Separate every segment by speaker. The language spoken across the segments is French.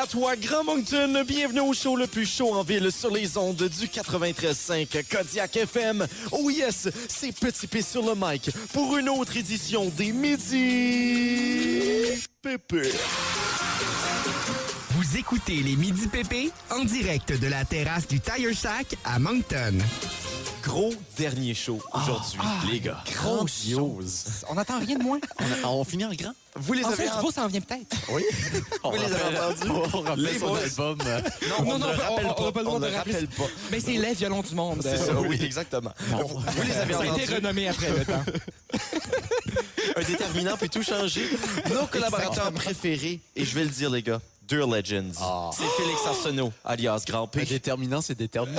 Speaker 1: à toi, Grand Moncton. Bienvenue au show le plus chaud en ville sur les ondes du 93.5 Kodiak FM. Oh yes, c'est Petit P sur le mic pour une autre édition des Midi Pépé.
Speaker 2: Vous écoutez les Midi PP en direct de la terrasse du Tire Shack à Moncton.
Speaker 1: Gros dernier show aujourd'hui, les gars.
Speaker 3: Grandiose. On n'attend rien de moins.
Speaker 4: Ah, On, a- on finit en grand.
Speaker 1: Vous les
Speaker 3: En
Speaker 1: avez
Speaker 3: fait, du beau, ça en vient peut-être.
Speaker 1: Oui.
Speaker 4: On
Speaker 1: les avez
Speaker 4: rappelle- On rappelle
Speaker 1: Les
Speaker 4: son
Speaker 1: boys.
Speaker 4: album. euh,
Speaker 1: Non, on
Speaker 3: non,
Speaker 1: ne
Speaker 3: on-
Speaker 1: rappelle
Speaker 3: on-
Speaker 1: pas.
Speaker 3: on n'a pas le droit
Speaker 1: ne
Speaker 3: de rappeler.
Speaker 1: rappelle pas.
Speaker 3: Mais c'est les violons du monde.
Speaker 1: C'est ça, oui, exactement. Vous les avez
Speaker 3: Ça a
Speaker 1: entendus.
Speaker 3: été renommé après le temps.
Speaker 1: un déterminant peut tout changer. Nos collaborateurs préférés, et je vais le dire, les gars, deux legends.
Speaker 4: Ah.
Speaker 1: C'est Félix Arsenault, alias Grand
Speaker 4: le
Speaker 1: P,
Speaker 4: Déterminant, c'est déterminant.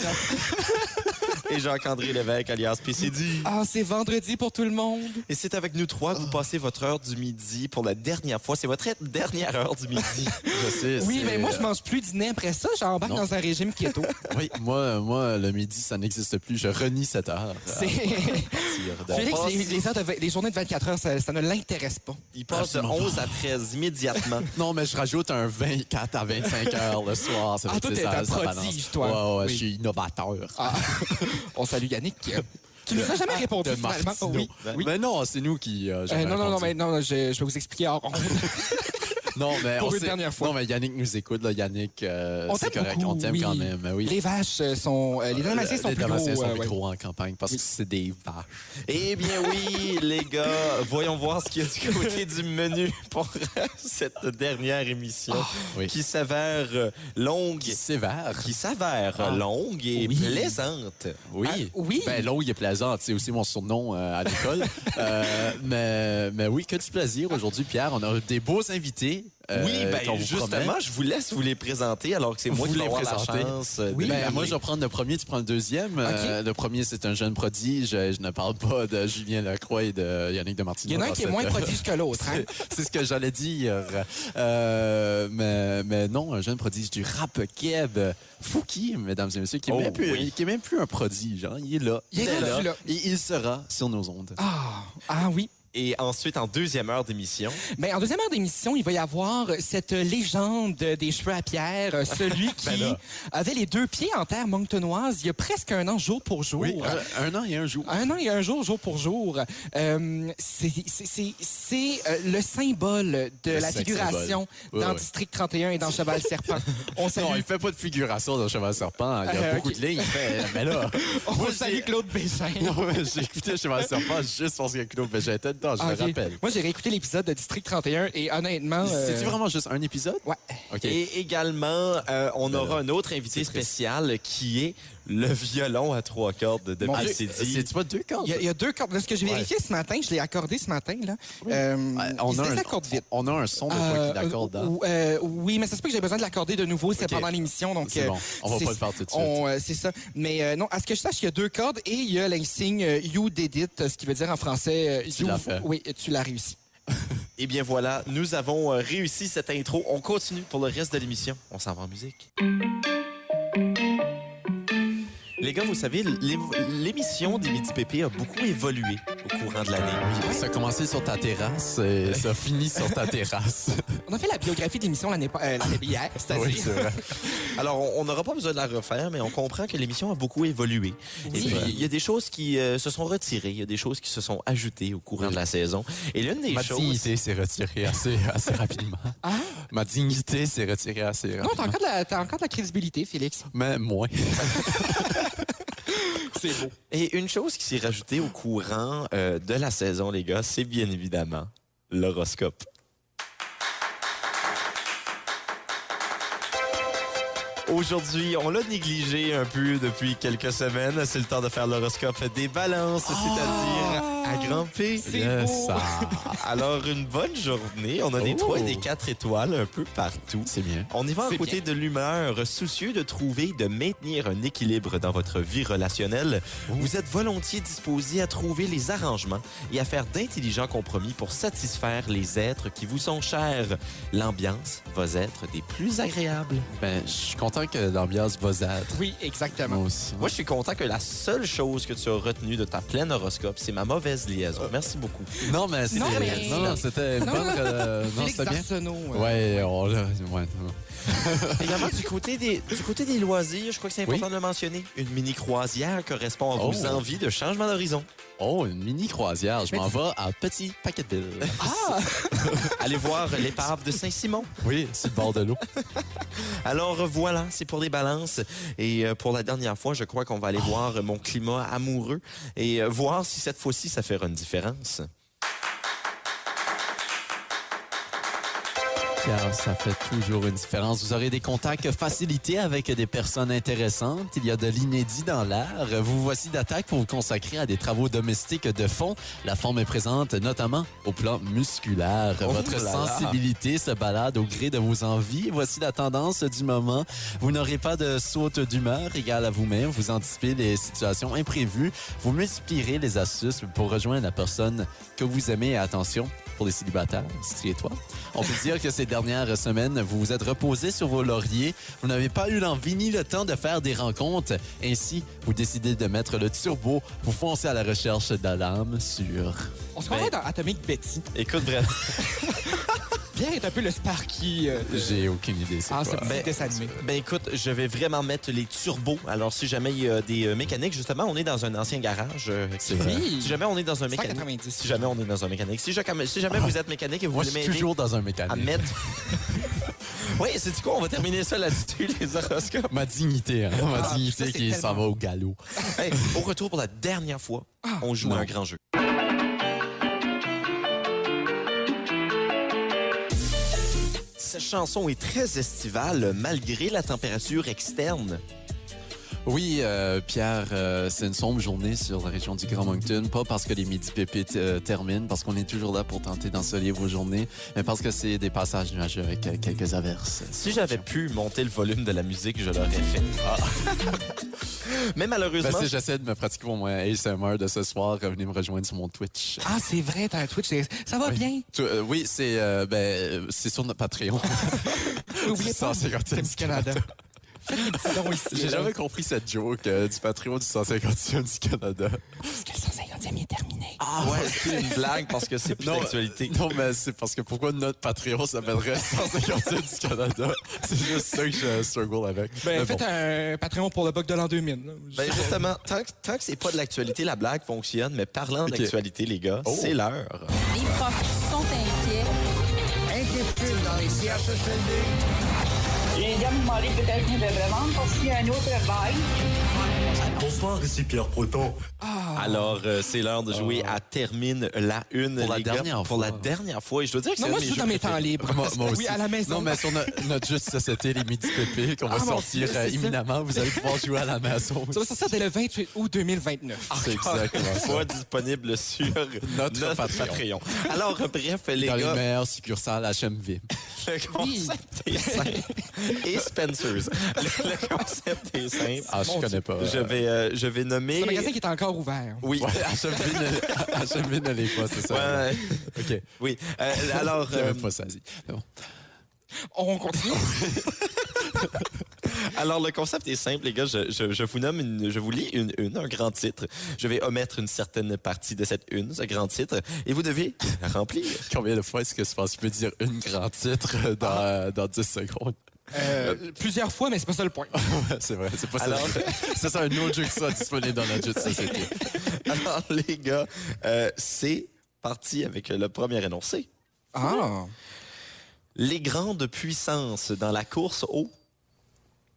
Speaker 1: et Jacques-André Lévesque, alias PCD.
Speaker 3: Ah, c'est vendredi pour tout le monde.
Speaker 1: Et c'est avec nous trois que vous passez votre heure du midi pour la dernière fois. C'est votre dernière heure du midi.
Speaker 4: Je sais.
Speaker 3: Oui,
Speaker 4: c'est-
Speaker 3: mais moi, je mange plus dîner après ça. J'embarque
Speaker 4: Non.
Speaker 3: dans un régime keto.
Speaker 4: euh, Oui, moi, moi, le midi, ça n'existe plus. Je renie cette heure. euh,
Speaker 3: C'est-
Speaker 4: Félix,
Speaker 3: Félix,
Speaker 1: passe-
Speaker 3: les, les heures de ve- les journées de 24 heures, ça, ça ne l'intéresse pas.
Speaker 1: Il passe de 11 à 13 immédiatement.
Speaker 4: Non, mais je rajoute un 24 à 25 heures le soir. Ça
Speaker 3: Ah,
Speaker 4: veut
Speaker 3: toi,
Speaker 4: dire,
Speaker 3: t'es
Speaker 4: ça-
Speaker 3: un
Speaker 4: ça
Speaker 3: prodige,
Speaker 4: balance.
Speaker 3: toi.
Speaker 4: Ouais, ouais,
Speaker 3: Oui.
Speaker 4: je suis innovateur.
Speaker 3: On salue Yannick. Ah. Tu ne nous as jamais répondu,
Speaker 4: de
Speaker 3: finalement.
Speaker 4: Martineau.
Speaker 3: oui. oui.
Speaker 4: Mais Ben, non, c'est nous qui. euh,
Speaker 3: Euh,
Speaker 4: jamais
Speaker 3: non, non, non,
Speaker 4: répondu.
Speaker 3: mais non, je, je vais vous expliquer. hors-
Speaker 4: Non, mais
Speaker 3: Pour
Speaker 4: on
Speaker 3: une
Speaker 4: sait-
Speaker 3: dernière fois.
Speaker 4: Non, mais Yannick nous écoute, là. Yannick, euh,
Speaker 3: On
Speaker 4: c'est
Speaker 3: t'aime
Speaker 4: correct.
Speaker 3: beaucoup,
Speaker 4: on t'aime
Speaker 3: oui.
Speaker 4: quand même. mais Oui.
Speaker 3: Les vaches euh, sont. euh, les dalmatiens
Speaker 4: Euh,
Speaker 3: sont
Speaker 4: les
Speaker 3: plus
Speaker 4: Dalmatiens
Speaker 3: gros.
Speaker 4: sont
Speaker 3: euh,
Speaker 4: plus
Speaker 3: ouais.
Speaker 4: gros en campagne parce que c'est des vaches.
Speaker 1: Eh bien oui, les gars, voyons voir ce qu'il y a du côté du menu pour cette dernière émission
Speaker 4: oui.
Speaker 1: qui s'avère euh, longue,
Speaker 4: Sévères.
Speaker 1: qui s'avère euh, longue et
Speaker 4: Oui.
Speaker 1: plaisante.
Speaker 4: Oui.
Speaker 3: Ah, oui.
Speaker 4: Ben, l'eau, il est plaisante. C'est aussi mon surnom euh, à l'école. Euh, mais, mais oui, que du plaisir aujourd'hui, Pierre. On a des beaux invités. euh,
Speaker 1: Oui,
Speaker 4: qu'on
Speaker 1: ben
Speaker 4: vous
Speaker 1: justement,
Speaker 4: promet.
Speaker 1: je vous laisse vous les présenter alors que c'est moi
Speaker 4: Vous
Speaker 1: qui vais
Speaker 4: les
Speaker 1: avoir la
Speaker 4: présentez.
Speaker 1: chance. euh, de
Speaker 3: Oui,
Speaker 1: les
Speaker 4: Ben, moi,
Speaker 1: parler.
Speaker 4: je vais prendre le premier, tu prends le deuxième. Euh, le premier, c'est un jeune prodige. Euh, Je ne parle pas de Julien Lacroix et de Yannick de
Speaker 3: Il y en a un qui est moins prodige que l'autre. hein.
Speaker 4: euh, C'est ce que j'allais dire. Euh, mais, mais non, un jeune prodige du rap Keb, Fouki, mesdames et messieurs, qui est,
Speaker 1: Oh,
Speaker 4: même, plus,
Speaker 1: oui.
Speaker 4: qui est même plus un prodige. hein. Il est là.
Speaker 3: Il est rendu là.
Speaker 4: Et il sera sur nos ondes.
Speaker 3: Ah, ah oui.
Speaker 1: Et ensuite, en deuxième heure d'émission,
Speaker 3: Mais en deuxième heure d'émission, il va y avoir cette légende des cheveux à pierre, euh, celui qui
Speaker 4: Ben là.
Speaker 3: avait les deux pieds en terre monctonoise il y a presque un an, jour pour euh, Ah, jour.
Speaker 4: Oui, un, un an et un jour.
Speaker 3: Un an et un jour, jour pour jour. Euh, c'est- c'est- c'est c'est, euh, le symbole de
Speaker 4: Le
Speaker 3: la
Speaker 4: sexe
Speaker 3: figuration
Speaker 4: symbole. Ouais,
Speaker 3: dans
Speaker 4: ouais.
Speaker 3: District 31 et dans Cheval Serpent. On salue,
Speaker 4: Non, il fait pas de figuration dans Cheval Serpent. Il y a
Speaker 3: Euh,
Speaker 4: beaucoup
Speaker 3: ok.
Speaker 4: de lignes. il fait- mais là,
Speaker 3: on
Speaker 4: moi,
Speaker 3: salue
Speaker 4: j'ai-
Speaker 3: Claude Bégin.
Speaker 4: Non, mais j'ai écouté Cheval Serpent juste parce qu'il y a Claude Bégin était dedans, je
Speaker 3: Ah,
Speaker 4: me
Speaker 3: ok.
Speaker 4: rappelle.
Speaker 3: Moi, j'ai réécouté l'épisode de District 31 et honnêtement... euh,
Speaker 4: C'est-tu vraiment juste un épisode?
Speaker 3: Ouais.
Speaker 4: OK.
Speaker 1: et également, euh, on
Speaker 4: Ben
Speaker 1: aura un autre invité
Speaker 4: c'est triste.
Speaker 1: spécial qui est le violon à trois cordes de
Speaker 3: Mon Dieu,
Speaker 1: PCD.
Speaker 4: C'est-tu pas deux cordes?
Speaker 3: Il y, a, il y a deux cordes. Là, Ce que j'ai vérifié ce matin, je l'ai accordé ce matin. Là. Euh,
Speaker 4: Ouais, on,
Speaker 3: c'était
Speaker 4: a un,
Speaker 3: ça, corde vite.
Speaker 4: on a un son de toi
Speaker 3: Euh,
Speaker 4: qui l'accorde. hein?
Speaker 3: ou- euh, oui, mais ça se peut que j'ai besoin de l'accorder de nouveau. C'est
Speaker 4: Ok.
Speaker 3: pendant l'émission, donc...
Speaker 4: C'est
Speaker 3: euh,
Speaker 4: bon. On va
Speaker 3: c'est-
Speaker 4: pas le faire tout de suite.
Speaker 3: on, euh, c'est ça. Mais euh, non, à ce que je sache, il y a deux cordes et il y a l'insigne euh, You did it, euh, ce qui veut dire en français... euh,
Speaker 4: Tu
Speaker 3: you-
Speaker 4: l'as fait.
Speaker 3: Oui, tu l'as réussi.
Speaker 1: Eh bien voilà, nous avons euh, réussi cette intro. On continue pour le reste de l'émission. On s'en va en musique. Les gars, vous savez, l'é- l'émission des Midi Pépé a beaucoup évolué au courant de l'année.
Speaker 4: Ça a commencé sur ta terrasse et ça finit sur ta terrasse.
Speaker 3: On a fait la biographie de l'émission l'année pa- euh, l'année- hier, c'est-à-dire...
Speaker 4: oui, c'est vrai.
Speaker 1: Alors, on on n'aura pas besoin de la refaire, mais on comprend que l'émission a beaucoup évolué. Et
Speaker 3: Oui.
Speaker 1: puis, il y a des choses qui euh, se sont retirées, il y a des choses qui se sont ajoutées au courant de la saison. Et l'une des
Speaker 4: Ma
Speaker 1: choses...
Speaker 4: dignité s'est retirée assez, assez rapidement.
Speaker 3: Ah,
Speaker 4: Ma dignité s'est retirée assez
Speaker 3: non, t'as
Speaker 4: rapidement.
Speaker 3: encore, de la- t'as encore de la crédibilité, Félix.
Speaker 4: Mais moins.
Speaker 3: C'est beau.
Speaker 1: Et une chose qui s'est rajoutée au courant euh, de la saison, les gars, c'est bien évidemment l'horoscope. Aujourd'hui, on l'a négligé un peu depuis quelques semaines. C'est le temps de faire l'horoscope des balances, c'est-à-dire à grand P.
Speaker 3: C'est beau.
Speaker 1: Alors, une bonne journée. On a des
Speaker 4: Oh.
Speaker 1: 3 et des 4 étoiles un peu partout.
Speaker 4: C'est bien.
Speaker 1: On y va à
Speaker 3: C'est
Speaker 1: côté de l'humeur, soucieux de trouver, de maintenir un équilibre dans votre vie relationnelle. Vous êtes volontiers disposé à trouver les arrangements et à faire d'intelligents compromis pour satisfaire les êtres qui vous sont chers. L'ambiance va être des plus agréables.
Speaker 4: Ben, je suis content que l'ambiance va être.
Speaker 3: Oui, exactement.
Speaker 4: Moi aussi.
Speaker 1: Moi, je suis content que la seule chose que tu as retenue de ta pleine horoscope, c'est ma mauvaise mauvaise liaison. Merci beaucoup.
Speaker 4: Non, mais c'était.
Speaker 3: Non, mais-
Speaker 4: Non, non, c'était une
Speaker 3: Non,
Speaker 4: bonne.
Speaker 3: non.
Speaker 4: euh, Non,
Speaker 3: Félix
Speaker 4: c'était bien.
Speaker 3: Arsenault. euh,
Speaker 4: Ouais, on l'a- ouais, non.
Speaker 1: Également, du côté, des, du côté des loisirs, je crois que c'est
Speaker 4: Oui.
Speaker 1: important de le mentionner. Une mini-croisière correspond à vos
Speaker 4: Oh.
Speaker 1: envies de changement d'horizon.
Speaker 4: Oh, une mini croisière. Je
Speaker 3: Mais
Speaker 4: m'en
Speaker 3: tu-
Speaker 4: vais à Petit Packetville.
Speaker 3: Ah!
Speaker 1: Allez voir l'épave de Saint-Simon.
Speaker 4: Oui, c'est le bord de l'eau.
Speaker 1: Alors voilà, c'est pour les balances. Et euh, pour la dernière fois, je crois qu'on va aller voir mon climat amoureux et euh, voir si cette fois-ci, ça fera une différence.
Speaker 4: Car ça fait toujours une différence. Vous aurez des contacts facilités avec des personnes intéressantes. Il y a de l'inédit dans l'art. Vous voici d'attaque pour vous consacrer à des travaux domestiques de fond. La forme est présente notamment au plan musculaire.
Speaker 1: Oh
Speaker 4: Votre
Speaker 1: là là.
Speaker 4: sensibilité se balade au gré de vos envies. Voici la tendance du moment. Vous n'aurez pas de saute d'humeur égale à vous-même. Vous anticipez les situations imprévues. Vous multiplierez les astuces pour rejoindre la personne que vous aimez. Et attention, pour les célibataires, et toi on peut dire que ces dernières semaines, vous vous êtes reposé sur vos lauriers. Vous n'avez pas eu l'envie ni le temps de faire des rencontres. Ainsi, vous décidez de mettre le turbo. Vous foncez à la recherche de l'âme sûre.
Speaker 3: On se
Speaker 4: Ben-
Speaker 3: croirait dans Atomic Betty.
Speaker 1: Écoute, Brett,
Speaker 3: Pierre est un peu le Sparky euh, de-
Speaker 4: J'ai aucune idée. C'est
Speaker 3: Ah,
Speaker 4: quoi.
Speaker 3: c'est petit
Speaker 1: Ben,
Speaker 3: dessin animé.
Speaker 1: ben écoute, je vais vraiment mettre les turbos. Alors, si jamais il y a des euh, mécaniques, justement, on est dans un ancien garage. euh,
Speaker 4: C'est vrai.
Speaker 1: Si jamais on est dans un mécanique.
Speaker 3: 190.
Speaker 1: Si jamais on est dans un mécanique. Si, je- si jamais vous êtes mécanique et vous
Speaker 4: Ah. Moi, je
Speaker 1: voulez
Speaker 4: suis
Speaker 1: m'aider
Speaker 4: toujours dans un
Speaker 1: à
Speaker 4: mécanisme.
Speaker 1: mettre. oui, c'est du quoi? On va terminer ça là-dessus, les horoscopes.
Speaker 4: Ma dignité, hein, ma
Speaker 3: Ah,
Speaker 4: dignité
Speaker 3: ça, c'est
Speaker 4: qui s'en
Speaker 3: tellement-
Speaker 4: va au galop.
Speaker 1: Hey, au retour pour la dernière fois, on joue à un grand jeu. Cette chanson est très estivale malgré la température externe.
Speaker 4: Oui, euh, Pierre, euh, c'est une sombre journée sur la région du Grand Moncton. Pas parce que les midi pépites euh, terminent, parce qu'on est toujours là pour tenter d'ensoleiller vos journées, mais parce que c'est des passages nuageux avec euh, quelques averses.
Speaker 1: Si j'avais pu monter le volume de la musique, je l'aurais fait. Ah. Mais
Speaker 4: Ben,
Speaker 1: malheureusement,
Speaker 4: si j'essaie de me pratiquer pour mon ASMR de ce soir, euh, venez me rejoindre sur mon Twitch.
Speaker 3: Ah, c'est vrai, t'as un Twitch. c'est- Ça va bien.
Speaker 4: Tu- euh, oui, c'est euh, ben, euh, c'est sur notre Patreon.
Speaker 3: N'oubliez pas,
Speaker 4: 150e
Speaker 3: c'est du Canada. Faites des petits dons ici.
Speaker 4: J'ai
Speaker 3: là.
Speaker 4: jamais compris cette joke euh, du Patreon du 150e du Canada.
Speaker 3: Parce que le 150e est terminé.
Speaker 1: ah ouais, c'est une blague parce que c'est plus
Speaker 4: Non, euh,
Speaker 1: d'actualité.
Speaker 4: Non, mais c'est parce que pourquoi notre Patreon s'appellerait 150e du Canada? C'est juste ça que je struggle avec.
Speaker 3: Ben,
Speaker 4: Mais
Speaker 3: faites
Speaker 4: bon.
Speaker 3: un Patreon pour le bug de l'an 2000. là.
Speaker 1: Ben justement, tant que, tant que c'est pas de l'actualité, la blague fonctionne. Mais parlant d'actualité, les gars,
Speaker 4: Oh.
Speaker 1: c'est l'heure.
Speaker 5: Les profs sont inquiets.
Speaker 2: Inquiétude dans les CHSLD.
Speaker 6: J'ai déjà demandé peut-être que je vais vraiment poursuivre un autre travail.
Speaker 7: Bonsoir, ici Pierre Proton.
Speaker 3: Ah.
Speaker 1: Alors, euh, c'est l'heure de jouer à Termine la Une.
Speaker 4: Pour la
Speaker 1: les gars.
Speaker 4: dernière
Speaker 1: Pour la
Speaker 4: fois.
Speaker 1: dernière fois. Et je dois dire que
Speaker 3: Non,
Speaker 1: c'est un
Speaker 3: moi,
Speaker 1: de mes
Speaker 3: je joue
Speaker 1: jeux
Speaker 3: dans mes temps
Speaker 1: préférés.
Speaker 3: libres.
Speaker 4: Moi, moi aussi.
Speaker 3: Oui, à la maison.
Speaker 4: Non, mais sur no- notre juste société, les midi pépés, qu'on va
Speaker 3: Ah, mon
Speaker 4: sortir
Speaker 3: Dieu,
Speaker 4: euh,
Speaker 3: c'est ça.
Speaker 4: imminemment, vous allez pouvoir jouer à la maison.
Speaker 3: Ça va sortir dès le 28 août 2029.
Speaker 4: C'est exactement ça.
Speaker 1: Fois disponible sur
Speaker 4: Notre
Speaker 1: notre,
Speaker 4: Patreon.
Speaker 1: Patreon. Alors, euh, bref, les
Speaker 4: Dans
Speaker 1: gars,
Speaker 4: les meilleures succursales HMV.
Speaker 1: le concept est simple. Et Spencer's. Le, le concept est simple.
Speaker 4: Ah, je
Speaker 3: Mon
Speaker 4: connais pas.
Speaker 1: Je vais, euh, je vais nommer.
Speaker 3: C'est un magasin qui est encore ouvert.
Speaker 1: Oui.
Speaker 4: Ouais, HMV ne, HMV ne l'est pas, c'est ça.
Speaker 1: Ouais,
Speaker 4: OK.
Speaker 1: oui. Euh, alors,
Speaker 4: J'avais
Speaker 1: euh,
Speaker 4: pas saisi. Bon.
Speaker 3: On continue.
Speaker 1: alors, le concept est simple, les gars. Je, je- je vous nomme, une, je vous lis une, une, un grand titre. Je vais omettre une certaine partie de cette une, ce grand titre, et vous devez la remplir.
Speaker 4: Combien de fois est-ce que je pense que je peux dire une grand titre euh, dans,
Speaker 1: Ah.
Speaker 4: euh, dans 10 secondes?
Speaker 3: Euh, plusieurs fois, mais c'est pas ça le point.
Speaker 4: c'est vrai, c'est pas ça.
Speaker 1: Alors-
Speaker 4: Ça, c'est un autre jeu que ça disponible dans notre jeu de société.
Speaker 1: Alors, les gars, euh, c'est parti avec le premier énoncé.
Speaker 3: Ah.
Speaker 1: Les grandes puissances dans la course au.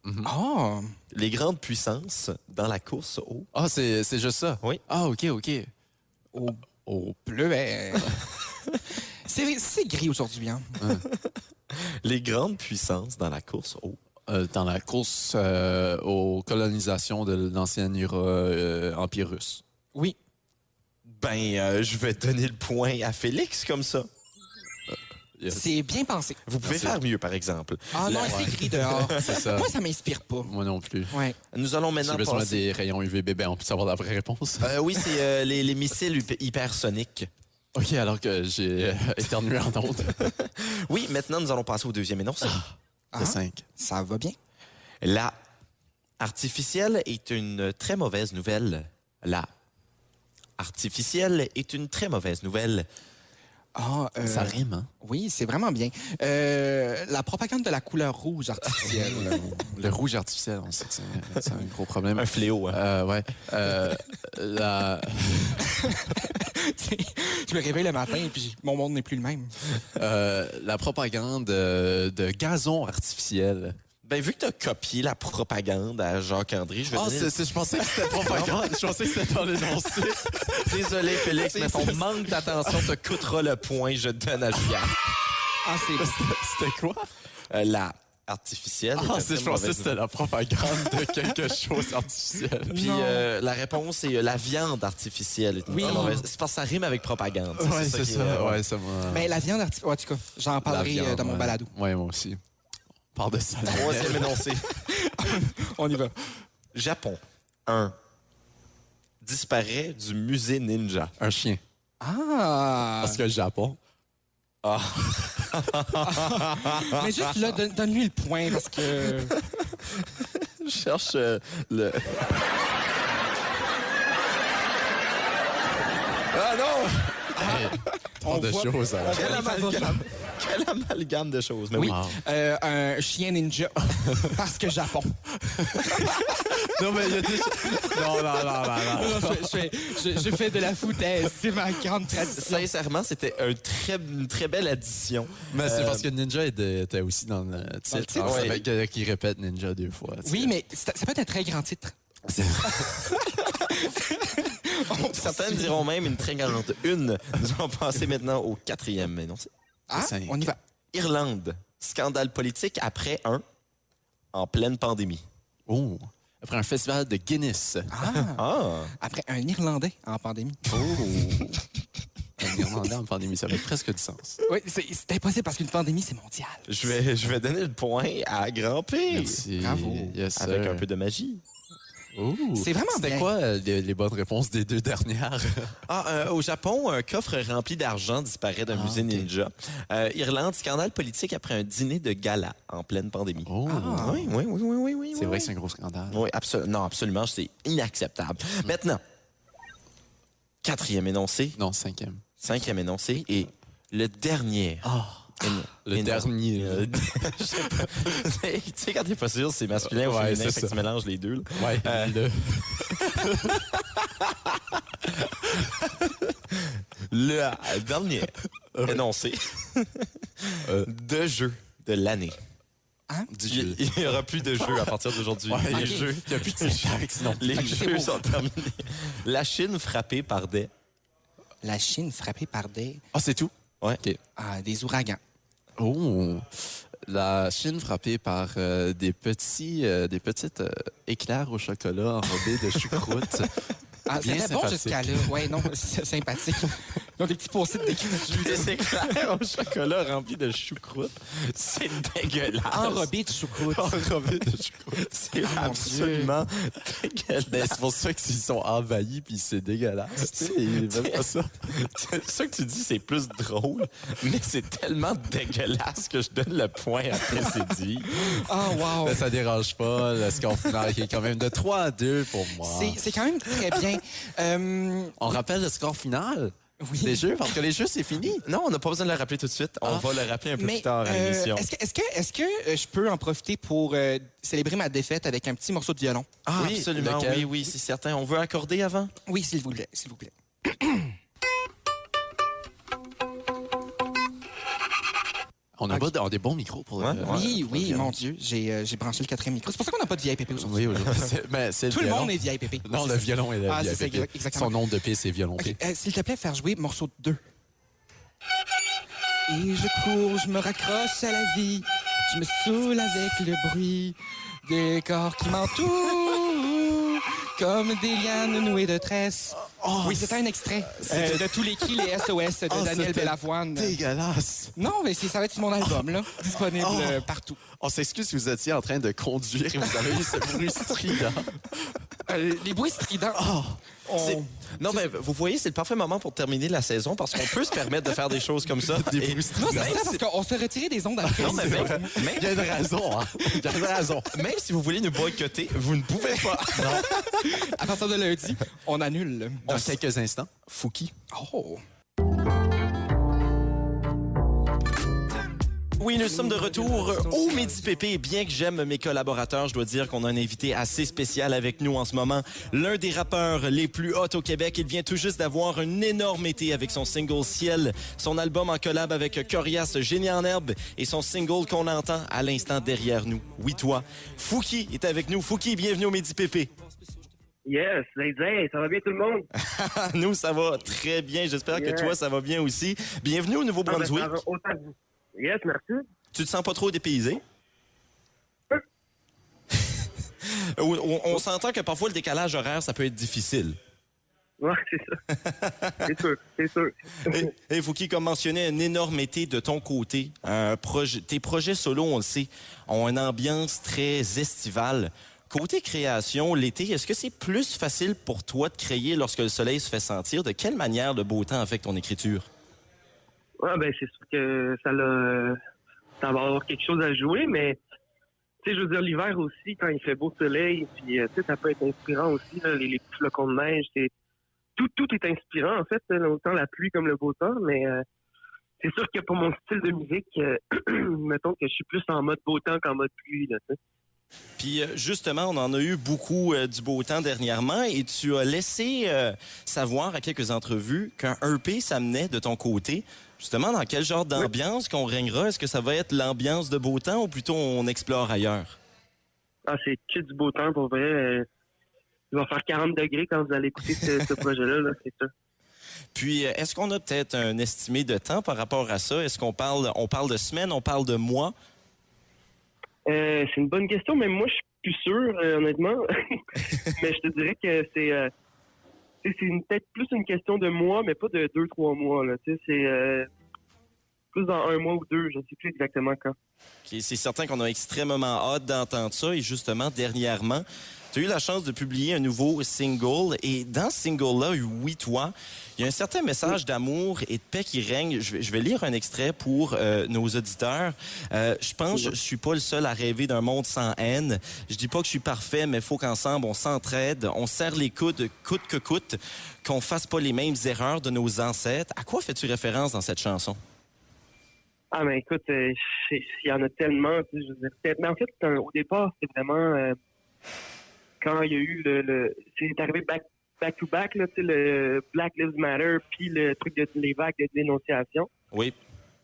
Speaker 4: Mm-hmm.
Speaker 3: Ah.
Speaker 1: Les grandes puissances dans la course au.
Speaker 4: Ah, c'est c'est juste ça?
Speaker 1: Oui.
Speaker 4: Ah, OK, OK.
Speaker 3: Au, au bleu. hein. c'est c'est gris aujourd'hui, hein.
Speaker 1: Les grandes puissances dans la course au.
Speaker 4: Euh, dans la course euh, aux colonisations de l'ancienne Euro- euh, Empire russe.
Speaker 3: Oui.
Speaker 1: Ben, euh, je vais donner le point à Félix comme ça.
Speaker 3: C'est bien pensé.
Speaker 1: Vous pouvez
Speaker 4: Merci.
Speaker 1: faire mieux, par exemple.
Speaker 3: Ah non,
Speaker 4: Ouais. Euh.
Speaker 3: c'est gris dehors.
Speaker 4: C'est ça.
Speaker 3: Moi, ça m'inspire pas.
Speaker 4: Moi non plus.
Speaker 3: Ouais.
Speaker 1: Nous allons
Speaker 4: J'ai
Speaker 1: maintenant
Speaker 4: besoin
Speaker 1: passer.
Speaker 4: des rayons UVB. Ben, on peut savoir la vraie réponse.
Speaker 1: Euh, oui, c'est euh, les, les missiles hyper- hypersoniques.
Speaker 4: OK, alors que j'ai euh, éternué en ondes.
Speaker 1: Oui, maintenant, nous allons passer au deuxième énoncé.
Speaker 3: Ah.
Speaker 4: Le 5.
Speaker 3: Ça va bien.
Speaker 1: La artificielle est une très mauvaise nouvelle. La artificielle est une très mauvaise nouvelle.
Speaker 3: Ah, euh,
Speaker 4: Ça rime, hein?
Speaker 3: oui, c'est vraiment bien. Euh, la propagande de la couleur rouge artificielle.
Speaker 4: Le rouge artificiel, on sait que c'est- c'est un gros problème.
Speaker 1: Un fléau. hein.
Speaker 4: Euh, ouais. Euh, la...
Speaker 3: je me réveille le matin et puis mon monde n'est plus le même.
Speaker 4: Euh, la propagande euh, de gazon artificiel.
Speaker 1: Ben, vu que tu as copié la propagande à Jacques-André, je vais
Speaker 4: Ah,
Speaker 1: donner-
Speaker 4: c'est- c'est- je pensais que c'était propagande. je pensais que c'était dans l'énoncé.
Speaker 1: Désolé, Félix,
Speaker 4: C'est-
Speaker 1: mais ton
Speaker 4: c'est-
Speaker 1: manque d'attention te coûtera le point. Je te donne à Julien.
Speaker 3: Ah, c'est beau.
Speaker 4: C'était c'était quoi?
Speaker 1: Euh, la artificielle. est
Speaker 4: Ah,
Speaker 1: une
Speaker 4: c'est- je
Speaker 1: très mauvaise
Speaker 4: pensais que c'était la propagande de quelque chose artificiel.
Speaker 1: Puis
Speaker 3: Non.
Speaker 1: euh, la réponse c'est euh, la viande artificielle. est une
Speaker 3: Oui.
Speaker 1: très mauvaise- C'est parce que ça rime avec propagande. tu sais,
Speaker 4: Oh. Ouais, c'est
Speaker 1: qui est- euh,
Speaker 4: ça. euh, Ouais, ça m'a.
Speaker 3: Mais ben, la viande artificielle, en tout cas, j'en
Speaker 4: La
Speaker 3: parlerai euh,
Speaker 4: viande,
Speaker 3: dans mon
Speaker 4: ouais.
Speaker 3: balado.
Speaker 4: Ouais, moi aussi. Parle de ça.
Speaker 1: Troisième énoncé.
Speaker 3: On y va.
Speaker 1: Japon. 1. Disparaît du musée ninja.
Speaker 4: Un chien.
Speaker 3: Ah!
Speaker 4: Parce que le Japon.
Speaker 3: Mais juste là, donne- donne-lui le point parce que.
Speaker 1: Je cherche euh, le. Ah non!
Speaker 4: Parle de
Speaker 3: voit-
Speaker 4: choses. hein.
Speaker 1: Quel amalgame, quel amalgame de choses. Mais oui.
Speaker 4: Wow.
Speaker 3: Euh, un chien ninja. Parce que Japon.
Speaker 4: Non, mais il y a des. Non, non, non, non, non.
Speaker 3: Non, je, fais- je fais- je- je fais de la foutaise. C'est ma grande tradition.
Speaker 1: Sincèrement, c'était un très, une très belle addition.
Speaker 4: Mais c'est parce que Ninja était était aussi dans le titre.
Speaker 3: titre,
Speaker 4: Alors, ça
Speaker 1: ouais.
Speaker 4: fait que- qu'il répète Ninja deux fois. tu
Speaker 3: Oui,
Speaker 4: sais.
Speaker 3: mais c'est- ça peut être un très grand titre.
Speaker 1: Certaines diront même une très grande une. Nous allons passer maintenant au quatrième énoncé.
Speaker 3: Ah,
Speaker 4: Cinq.
Speaker 3: on y va.
Speaker 1: Irlande, scandale politique après un en pleine pandémie.
Speaker 4: Oh. Après un festival de Guinness.
Speaker 3: Ah,
Speaker 1: Ah!
Speaker 3: après un Irlandais en pandémie.
Speaker 4: Un Irlandais en pandémie, ça fait presque du sens.
Speaker 3: Oui, c'est c'est impossible parce qu'une pandémie, c'est mondial.
Speaker 1: Je vais, je vais donner le point à Grand P.
Speaker 4: Merci.
Speaker 3: bravo.
Speaker 4: Yes, sir.
Speaker 1: Avec un peu de magie.
Speaker 4: Oh.
Speaker 3: C'est vraiment
Speaker 4: C'était
Speaker 3: bien.
Speaker 4: quoi euh, les, les bonnes réponses des deux dernières?
Speaker 1: Ah, euh, au Japon, un coffre rempli d'argent disparaît d'un
Speaker 4: Ah,
Speaker 1: musée
Speaker 4: ok.
Speaker 1: ninja. Euh, Irlande, scandale politique après un dîner de gala en pleine pandémie. Ah,
Speaker 4: Oh.
Speaker 1: Oui, oui, oui, oui, oui, oui.
Speaker 4: C'est vrai que c'est un gros scandale.
Speaker 1: Oui, absolu- non, absolument, c'est inacceptable.
Speaker 4: Mm.
Speaker 1: Maintenant, quatrième énoncé,
Speaker 4: Non, cinquième.
Speaker 1: cinquième énoncé et le dernier. Éno-
Speaker 4: Ah, Le
Speaker 1: éno-
Speaker 4: dernier.
Speaker 1: Euh, je sais pas. tu sais, quand t'es pas sûr, c'est masculin ou féminin,
Speaker 4: Ouais, c'est
Speaker 1: fait que
Speaker 4: ça.
Speaker 1: tu mélanges les deux. là.
Speaker 4: Ouais, le-
Speaker 1: Le euh, dernier énoncé
Speaker 4: Euh.
Speaker 1: de jeu de l'année.
Speaker 3: hein?
Speaker 4: du jeu.
Speaker 1: Il il y aura plus de jeux à partir d'aujourd'hui.
Speaker 4: Ouais,
Speaker 1: les
Speaker 4: ok.
Speaker 1: jeux,
Speaker 4: Il n'y a plus de syntaxe, non.
Speaker 1: les
Speaker 4: Ok,
Speaker 1: jeux sont terminés. La Chine frappée par des...
Speaker 3: La Chine frappée par des,
Speaker 4: Ah, c'est tout?
Speaker 1: Ouais.
Speaker 4: OK.
Speaker 3: ah, des ouragans.
Speaker 4: Oh! La Chine frappée par euh, des petits, euh, des petites euh, éclairs au chocolat enrobés de choucroute.
Speaker 3: Ah,
Speaker 4: Bien
Speaker 3: C'était bon
Speaker 4: sympathique.
Speaker 3: jusqu'à là. Oui, non, c'est sympathique. Donc, des petits post-it d'écriture
Speaker 1: Des éclairs au chocolat remplis de choucroute. C'est dégueulasse.
Speaker 3: enrobés de choucroute.
Speaker 4: enrobés de choucroute. Ah,
Speaker 1: C'est
Speaker 3: mon
Speaker 1: absolument
Speaker 4: Ben,
Speaker 1: dégueulasse.
Speaker 4: c'est pour ça qu'ils sont envahis, puis c'est dégueulasse. tu sais, ils aiment pas ça.
Speaker 1: Ce que tu dis, c'est plus drôle, mais c'est tellement dégueulasse que je donne le point après ces dit.
Speaker 3: Ah, wow.
Speaker 4: Ben, ça dérange pas. Le score final qui est quand même de 3 à 2 pour moi.
Speaker 3: C'est- C'est quand même très bien. Euh,
Speaker 4: On rappelle le score final des
Speaker 3: oui.
Speaker 4: jeux, parce que les jeux, c'est fini.
Speaker 1: Non, on n'a pas besoin de le rappeler tout de suite. On
Speaker 4: Ah.
Speaker 1: va le rappeler un peu plus
Speaker 3: Mais
Speaker 1: tard à
Speaker 3: euh,
Speaker 1: l'émission.
Speaker 3: est-ce que, est-ce que, est-ce que euh, je peux en profiter pour euh, célébrer ma défaite avec un petit morceau de violon?
Speaker 1: Ah,
Speaker 4: Oui,
Speaker 1: absolument.
Speaker 4: lequel?
Speaker 1: Oui, oui, c'est certain. On veut accorder avant?
Speaker 3: Oui, s'il vous plaît, s'il vous plaît.
Speaker 4: On a, pas de- on a des bons micros pour...
Speaker 1: Ouais,
Speaker 4: euh,
Speaker 1: ouais.
Speaker 3: oui,
Speaker 4: pour le
Speaker 3: oui,
Speaker 4: violon.
Speaker 3: mon Dieu, j'ai euh, j'ai branché le quatrième micro. C'est pour ça qu'on n'a pas de vieille pépé aujourd'hui.
Speaker 4: Oui, aujourd'hui. c'est- ben, c'est
Speaker 3: Tout le
Speaker 4: violon.
Speaker 3: monde est vieille pépé.
Speaker 4: Non,
Speaker 3: Oui,
Speaker 4: le
Speaker 3: c'est ça.
Speaker 4: violon est la
Speaker 3: Ah,
Speaker 4: vieille
Speaker 3: c'est ça,
Speaker 4: pépé.
Speaker 3: exactement.
Speaker 4: Son nom de P, c'est violon
Speaker 3: Ok,
Speaker 4: P.
Speaker 3: euh, s'il te plaît, faire jouer morceau 2. Et je cours, je me raccroche à la vie. Je me saoule avec le bruit des corps qui m'entourent. Comme des lianes nouées de tresses. oui, c'était un extrait Ah. euh, de tous les cris, les SOS de
Speaker 4: Oh,
Speaker 3: Daniel
Speaker 4: c'était
Speaker 3: Bellavoine.
Speaker 4: Dégueulasse!
Speaker 3: Non, mais c'est- ça va être sur mon album, là. Disponible
Speaker 4: Oh.
Speaker 3: euh, partout.
Speaker 4: On s'excuse, vous étiez en train de conduire et vous avez eu ce bruit strident.
Speaker 3: Euh, les bruits stridents. On-
Speaker 1: Oh. C'est- Non, mais vous voyez, c'est le parfait moment pour terminer la saison parce qu'on peut se permettre de faire des choses comme ça. Et-
Speaker 4: Des bruits
Speaker 3: Non, c'est
Speaker 4: stridents.
Speaker 3: ça, parce qu'on s'est retiré des ondes après.
Speaker 1: Non, mais même, même-
Speaker 4: Il y a une raison, hein. Il y a une raison.
Speaker 1: même si vous voulez nous boycotter, vous ne pouvez pas.
Speaker 3: À partir de lundi, on annule.
Speaker 4: Dans quelques instants.
Speaker 1: Fouki.
Speaker 3: Oh.
Speaker 1: Oui, nous sommes de retour au Midi Pépé. Bien que j'aime mes collaborateurs, je dois dire qu'on a un invité assez spécial avec nous en ce moment. L'un des rappeurs les plus hot au Québec. Il vient tout juste d'avoir un énorme été avec son single Ciel, son album en collab avec Corias Génie en Herbe et son single qu'on entend à l'instant derrière nous. Oui, toi. Fouki est avec nous. Fouki, bienvenue au Midi Pépé.
Speaker 8: Yes, l'Indien, ça va bien tout le monde?
Speaker 1: Ah, nous, ça va très bien. J'espère
Speaker 8: Yeah.
Speaker 1: que toi, ça va bien aussi. Bienvenue au Nouveau-Brunswick.
Speaker 8: Ah, ben, ça va autant que vous. Yes, merci.
Speaker 1: Tu te sens pas trop dépaysé? on on- on s'entend que parfois le décalage horaire, ça peut être difficile.
Speaker 8: Ouais, c'est ça. c'est sûr, c'est sûr.
Speaker 1: Et, et Fouki, comme mentionné, un énorme été de ton côté. Un projet, tes projets solo, on le sait, ont une ambiance très estivale. Côté création, l'été, est-ce que c'est plus facile pour toi de créer lorsque le soleil se fait sentir? De quelle manière le beau temps affecte ton écriture?
Speaker 8: Ouais, ben, c'est sûr que ça l'a. Ça va avoir quelque chose à jouer, mais. Tu sais, je veux dire, l'hiver aussi, quand il fait beau soleil, puis, euh, tu sais, ça peut être inspirant aussi, là, les, les petits flocons de neige, c'est. Tout, tout est inspirant, en fait, là, autant la pluie comme le beau temps, mais. euh, c'est sûr que pour mon style de musique, euh, mettons que je suis plus en mode beau temps qu'en mode pluie, là, tu sais.
Speaker 1: Puis euh, justement, on en a eu beaucoup euh, du beau temps dernièrement et tu as laissé euh, savoir à quelques entrevues qu'un EP s'amenait de ton côté. Justement, dans quel genre d'ambiance qu'on règnera? Est-ce que ça va être l'ambiance de beau temps ou plutôt on explore ailleurs?
Speaker 8: Ah, c'est que du beau temps pour vrai. Euh, Il va faire 40 degrés quand vous allez écouter ce, ce projet-là, là, c'est ça.
Speaker 1: Puis, euh, est-ce qu'on a peut-être un estimé de temps par rapport à ça? Est-ce qu'on parle, on parle de semaines, on parle de mois?
Speaker 8: Euh, c'est une bonne question, mais moi, je suis plus sûr, euh, honnêtement. mais je te dirais que c'est. euh, tu sais, c'est une- peut-être plus une question de mois, mais pas de deux, trois mois. Là. Tu sais, C'est euh, plus dans un mois ou deux, je ne sais plus exactement quand.
Speaker 1: Ok, C'est certain qu'on a extrêmement hâte d'entendre ça. Et justement, dernièrement, tu as eu la chance de publier un nouveau single. Et dans ce single-là, Oui, toi, il y a un certain message d'amour et de paix qui règne. Je vais, je vais lire un extrait pour euh, nos auditeurs. Euh, je pense que je suis pas le seul à rêver d'un monde sans haine. Je dis pas que je suis parfait, mais faut qu'ensemble, on s'entraide, on serre les coudes, coûte que coûte, qu'on fasse pas les mêmes erreurs de nos ancêtres. À quoi fais-tu référence dans cette chanson?
Speaker 8: Ah ben écoute, euh, c'est- il y en a tellement. tu sais, je veux dire, c'est- mais en fait, c'est un- au départ, c'était vraiment euh, quand il y a eu le, le- c'est arrivé back back to back là, tu sais, le Black Lives Matter puis le truc de les vagues de dénonciation.
Speaker 1: Oui,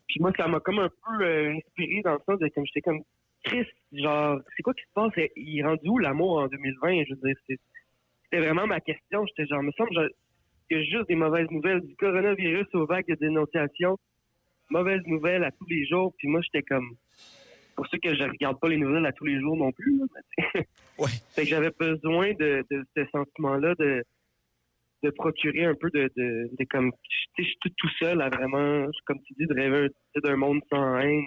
Speaker 8: Puis moi, ça m'a comme un peu euh, inspiré dans le sens de comme j'étais comme Chris, genre c'est quoi qui se passe Euh, Il est rendu où l'amour en 2020 Je veux dire, c'est- c'était vraiment ma question. J'étais genre, me semble genre, que juste des mauvaises nouvelles du coronavirus aux vagues de dénonciation, mauvaises nouvelles à tous les jours. Puis moi, j'étais comme pour ceux que je regarde pas les nouvelles à tous les jours non plus. là, mais-
Speaker 1: Ouais.
Speaker 8: fait que j'avais besoin de, de ce sentiment-là de de procurer un peu de, de, de comme tu sais, je suis tout, tout seul à vraiment comme tu dis de rêver un- d'un monde sans haine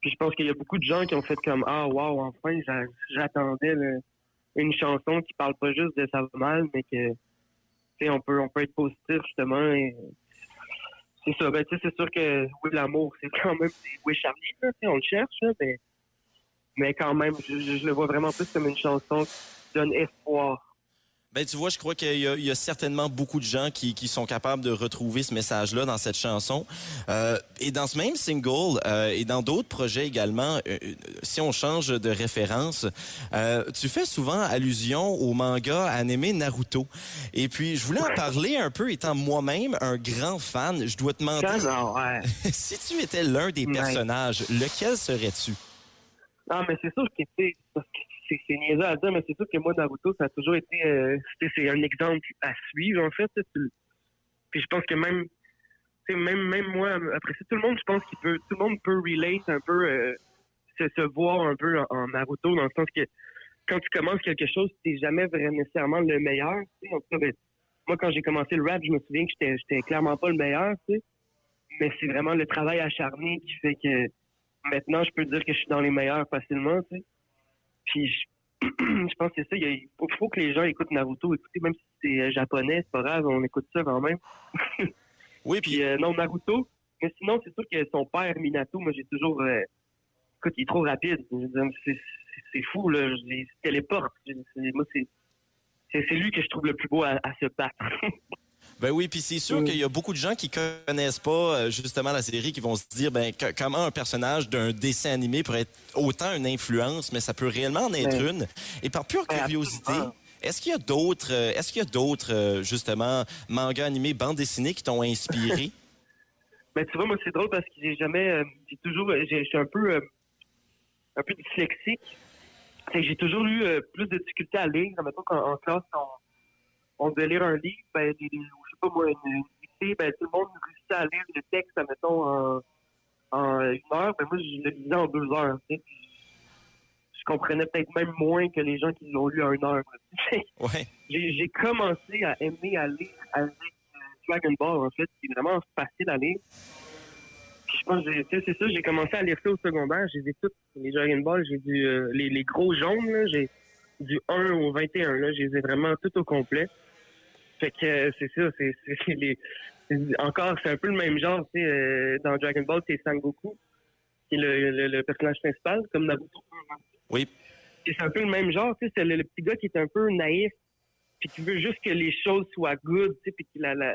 Speaker 8: puis je pense qu'il y a beaucoup de gens qui ont fait comme ah waouh enfin j'a- j'attendais le- une chanson qui parle pas juste de ça va mal mais que tu sais on peut on peut être positif justement et c'est ça ben tu sais c'est sûr que oui l'amour c'est quand même c'est- oui Charlie là, tu sais, on le cherche là, mais mais quand même je, je- je le vois vraiment plus comme une chanson qui donne espoir
Speaker 1: Ben, tu vois, je crois qu'il y, a- il y a certainement beaucoup de gens qui, qui sont capables de retrouver ce message-là dans cette chanson. Euh, et dans ce même single, euh, et dans d'autres projets également, euh, euh, si on change de référence, euh, tu fais souvent allusion au manga animé Naruto. Et puis, je voulais en parler un peu, étant moi-même un grand fan, je dois te demander,
Speaker 8: Quand- ah, ouais.
Speaker 1: si tu étais l'un des
Speaker 8: Ouais.
Speaker 1: personnages, lequel serais-tu?
Speaker 8: Non, mais c'est sûr que, tu sais, parce que c'est c'est niaiseux à dire, mais c'est sûr que moi, Naruto, ça a toujours été, euh, tu sais, c'est un exemple à suivre, en fait. là, tu le- Puis je pense que même, tu sais, même, même moi, après ça, tout le monde, je pense qu'il peut, tout le monde peut relate un peu, euh, se, se voir un peu en, en Naruto, dans le sens que quand tu commences quelque chose, t'es jamais vraiment nécessairement le meilleur, tu sais. En tout cas, ben, moi, quand j'ai commencé le rap, je me souviens que j'étais- j'étais clairement pas le meilleur, tu sais. Mais c'est vraiment le travail acharné qui fait que maintenant, je peux dire que je suis dans les meilleurs facilement, tu sais. Puis, je- je pense que c'est ça. Il y a- il faut, faut que les gens écoutent Naruto. Écoutez, même si c'est euh, japonais, c'est pas grave, on écoute ça quand même.
Speaker 1: Oui, puis
Speaker 8: Puis euh, non, Naruto. Mais sinon, c'est sûr que son père, Minato, moi, j'ai toujours. euh, écoute, il est trop rapide. Je veux dire, C'est c'est- c'est fou, là. Je- Il se téléporte. Je- c'est- Moi, c'est. C'est c'est lui que je trouve le plus beau à, à se battre.
Speaker 1: Ben oui, puis c'est sûr
Speaker 8: Mm.
Speaker 1: qu'il y a beaucoup de gens qui connaissent pas euh, justement la série qui vont se dire ben que- comment un personnage d'un dessin animé pourrait être autant une influence, mais ça peut réellement en être
Speaker 8: Ouais.
Speaker 1: une. Et par pure
Speaker 8: Ouais,
Speaker 1: curiosité,
Speaker 8: Ben. absolument.
Speaker 1: est-ce qu'il y a d'autres euh, est-ce qu'il y a d'autres euh, justement mangas animés, bandes dessinées qui t'ont inspiré
Speaker 8: Mais tu vois, moi, c'est drôle parce que j'ai jamais. euh, j'ai toujours. j'ai- Je suis un peu. euh, un peu dyslexique. Fait que J'ai toujours eu euh, plus de difficultés à lire. Mettons qu'en en classe, on, on devait lire un livre, ben, les- les- je sais pas moi, une, une lycée, ben, tout le monde réussissait à lire le texte, mettons, en, en une heure. Ben, moi, je le lisais en deux heures. tu sais. Puis, Je comprenais peut-être même moins que les gens qui l'ont lu en une heure.
Speaker 1: Ouais.
Speaker 8: j'ai j'ai commencé à aimer à lire avec euh, Dragon Ball, en fait, qui est vraiment facile à lire. Puis je pense que j'ai- tu sais, c'est ça, j'ai commencé à lire ça au secondaire. J'ai vu tous les Dragon Ball, j'ai du euh, les, les gros jaunes, là, j'ai du 1 au 21, là, je les ai vraiment tout au complet. Fait que euh, c'est ça, c'est c'est- c'est les. Encore, c'est un peu le même genre, tu sais, euh, dans Dragon Ball, c'est Sangoku, qui est le, le- le personnage principal, comme Naruto.
Speaker 1: Oui.
Speaker 8: Puis C'est un peu le même genre, tu sais, c'est le- le petit gars qui est un peu naïf, puis tu veux juste que les choses soient good, tu sais, puis que la, la-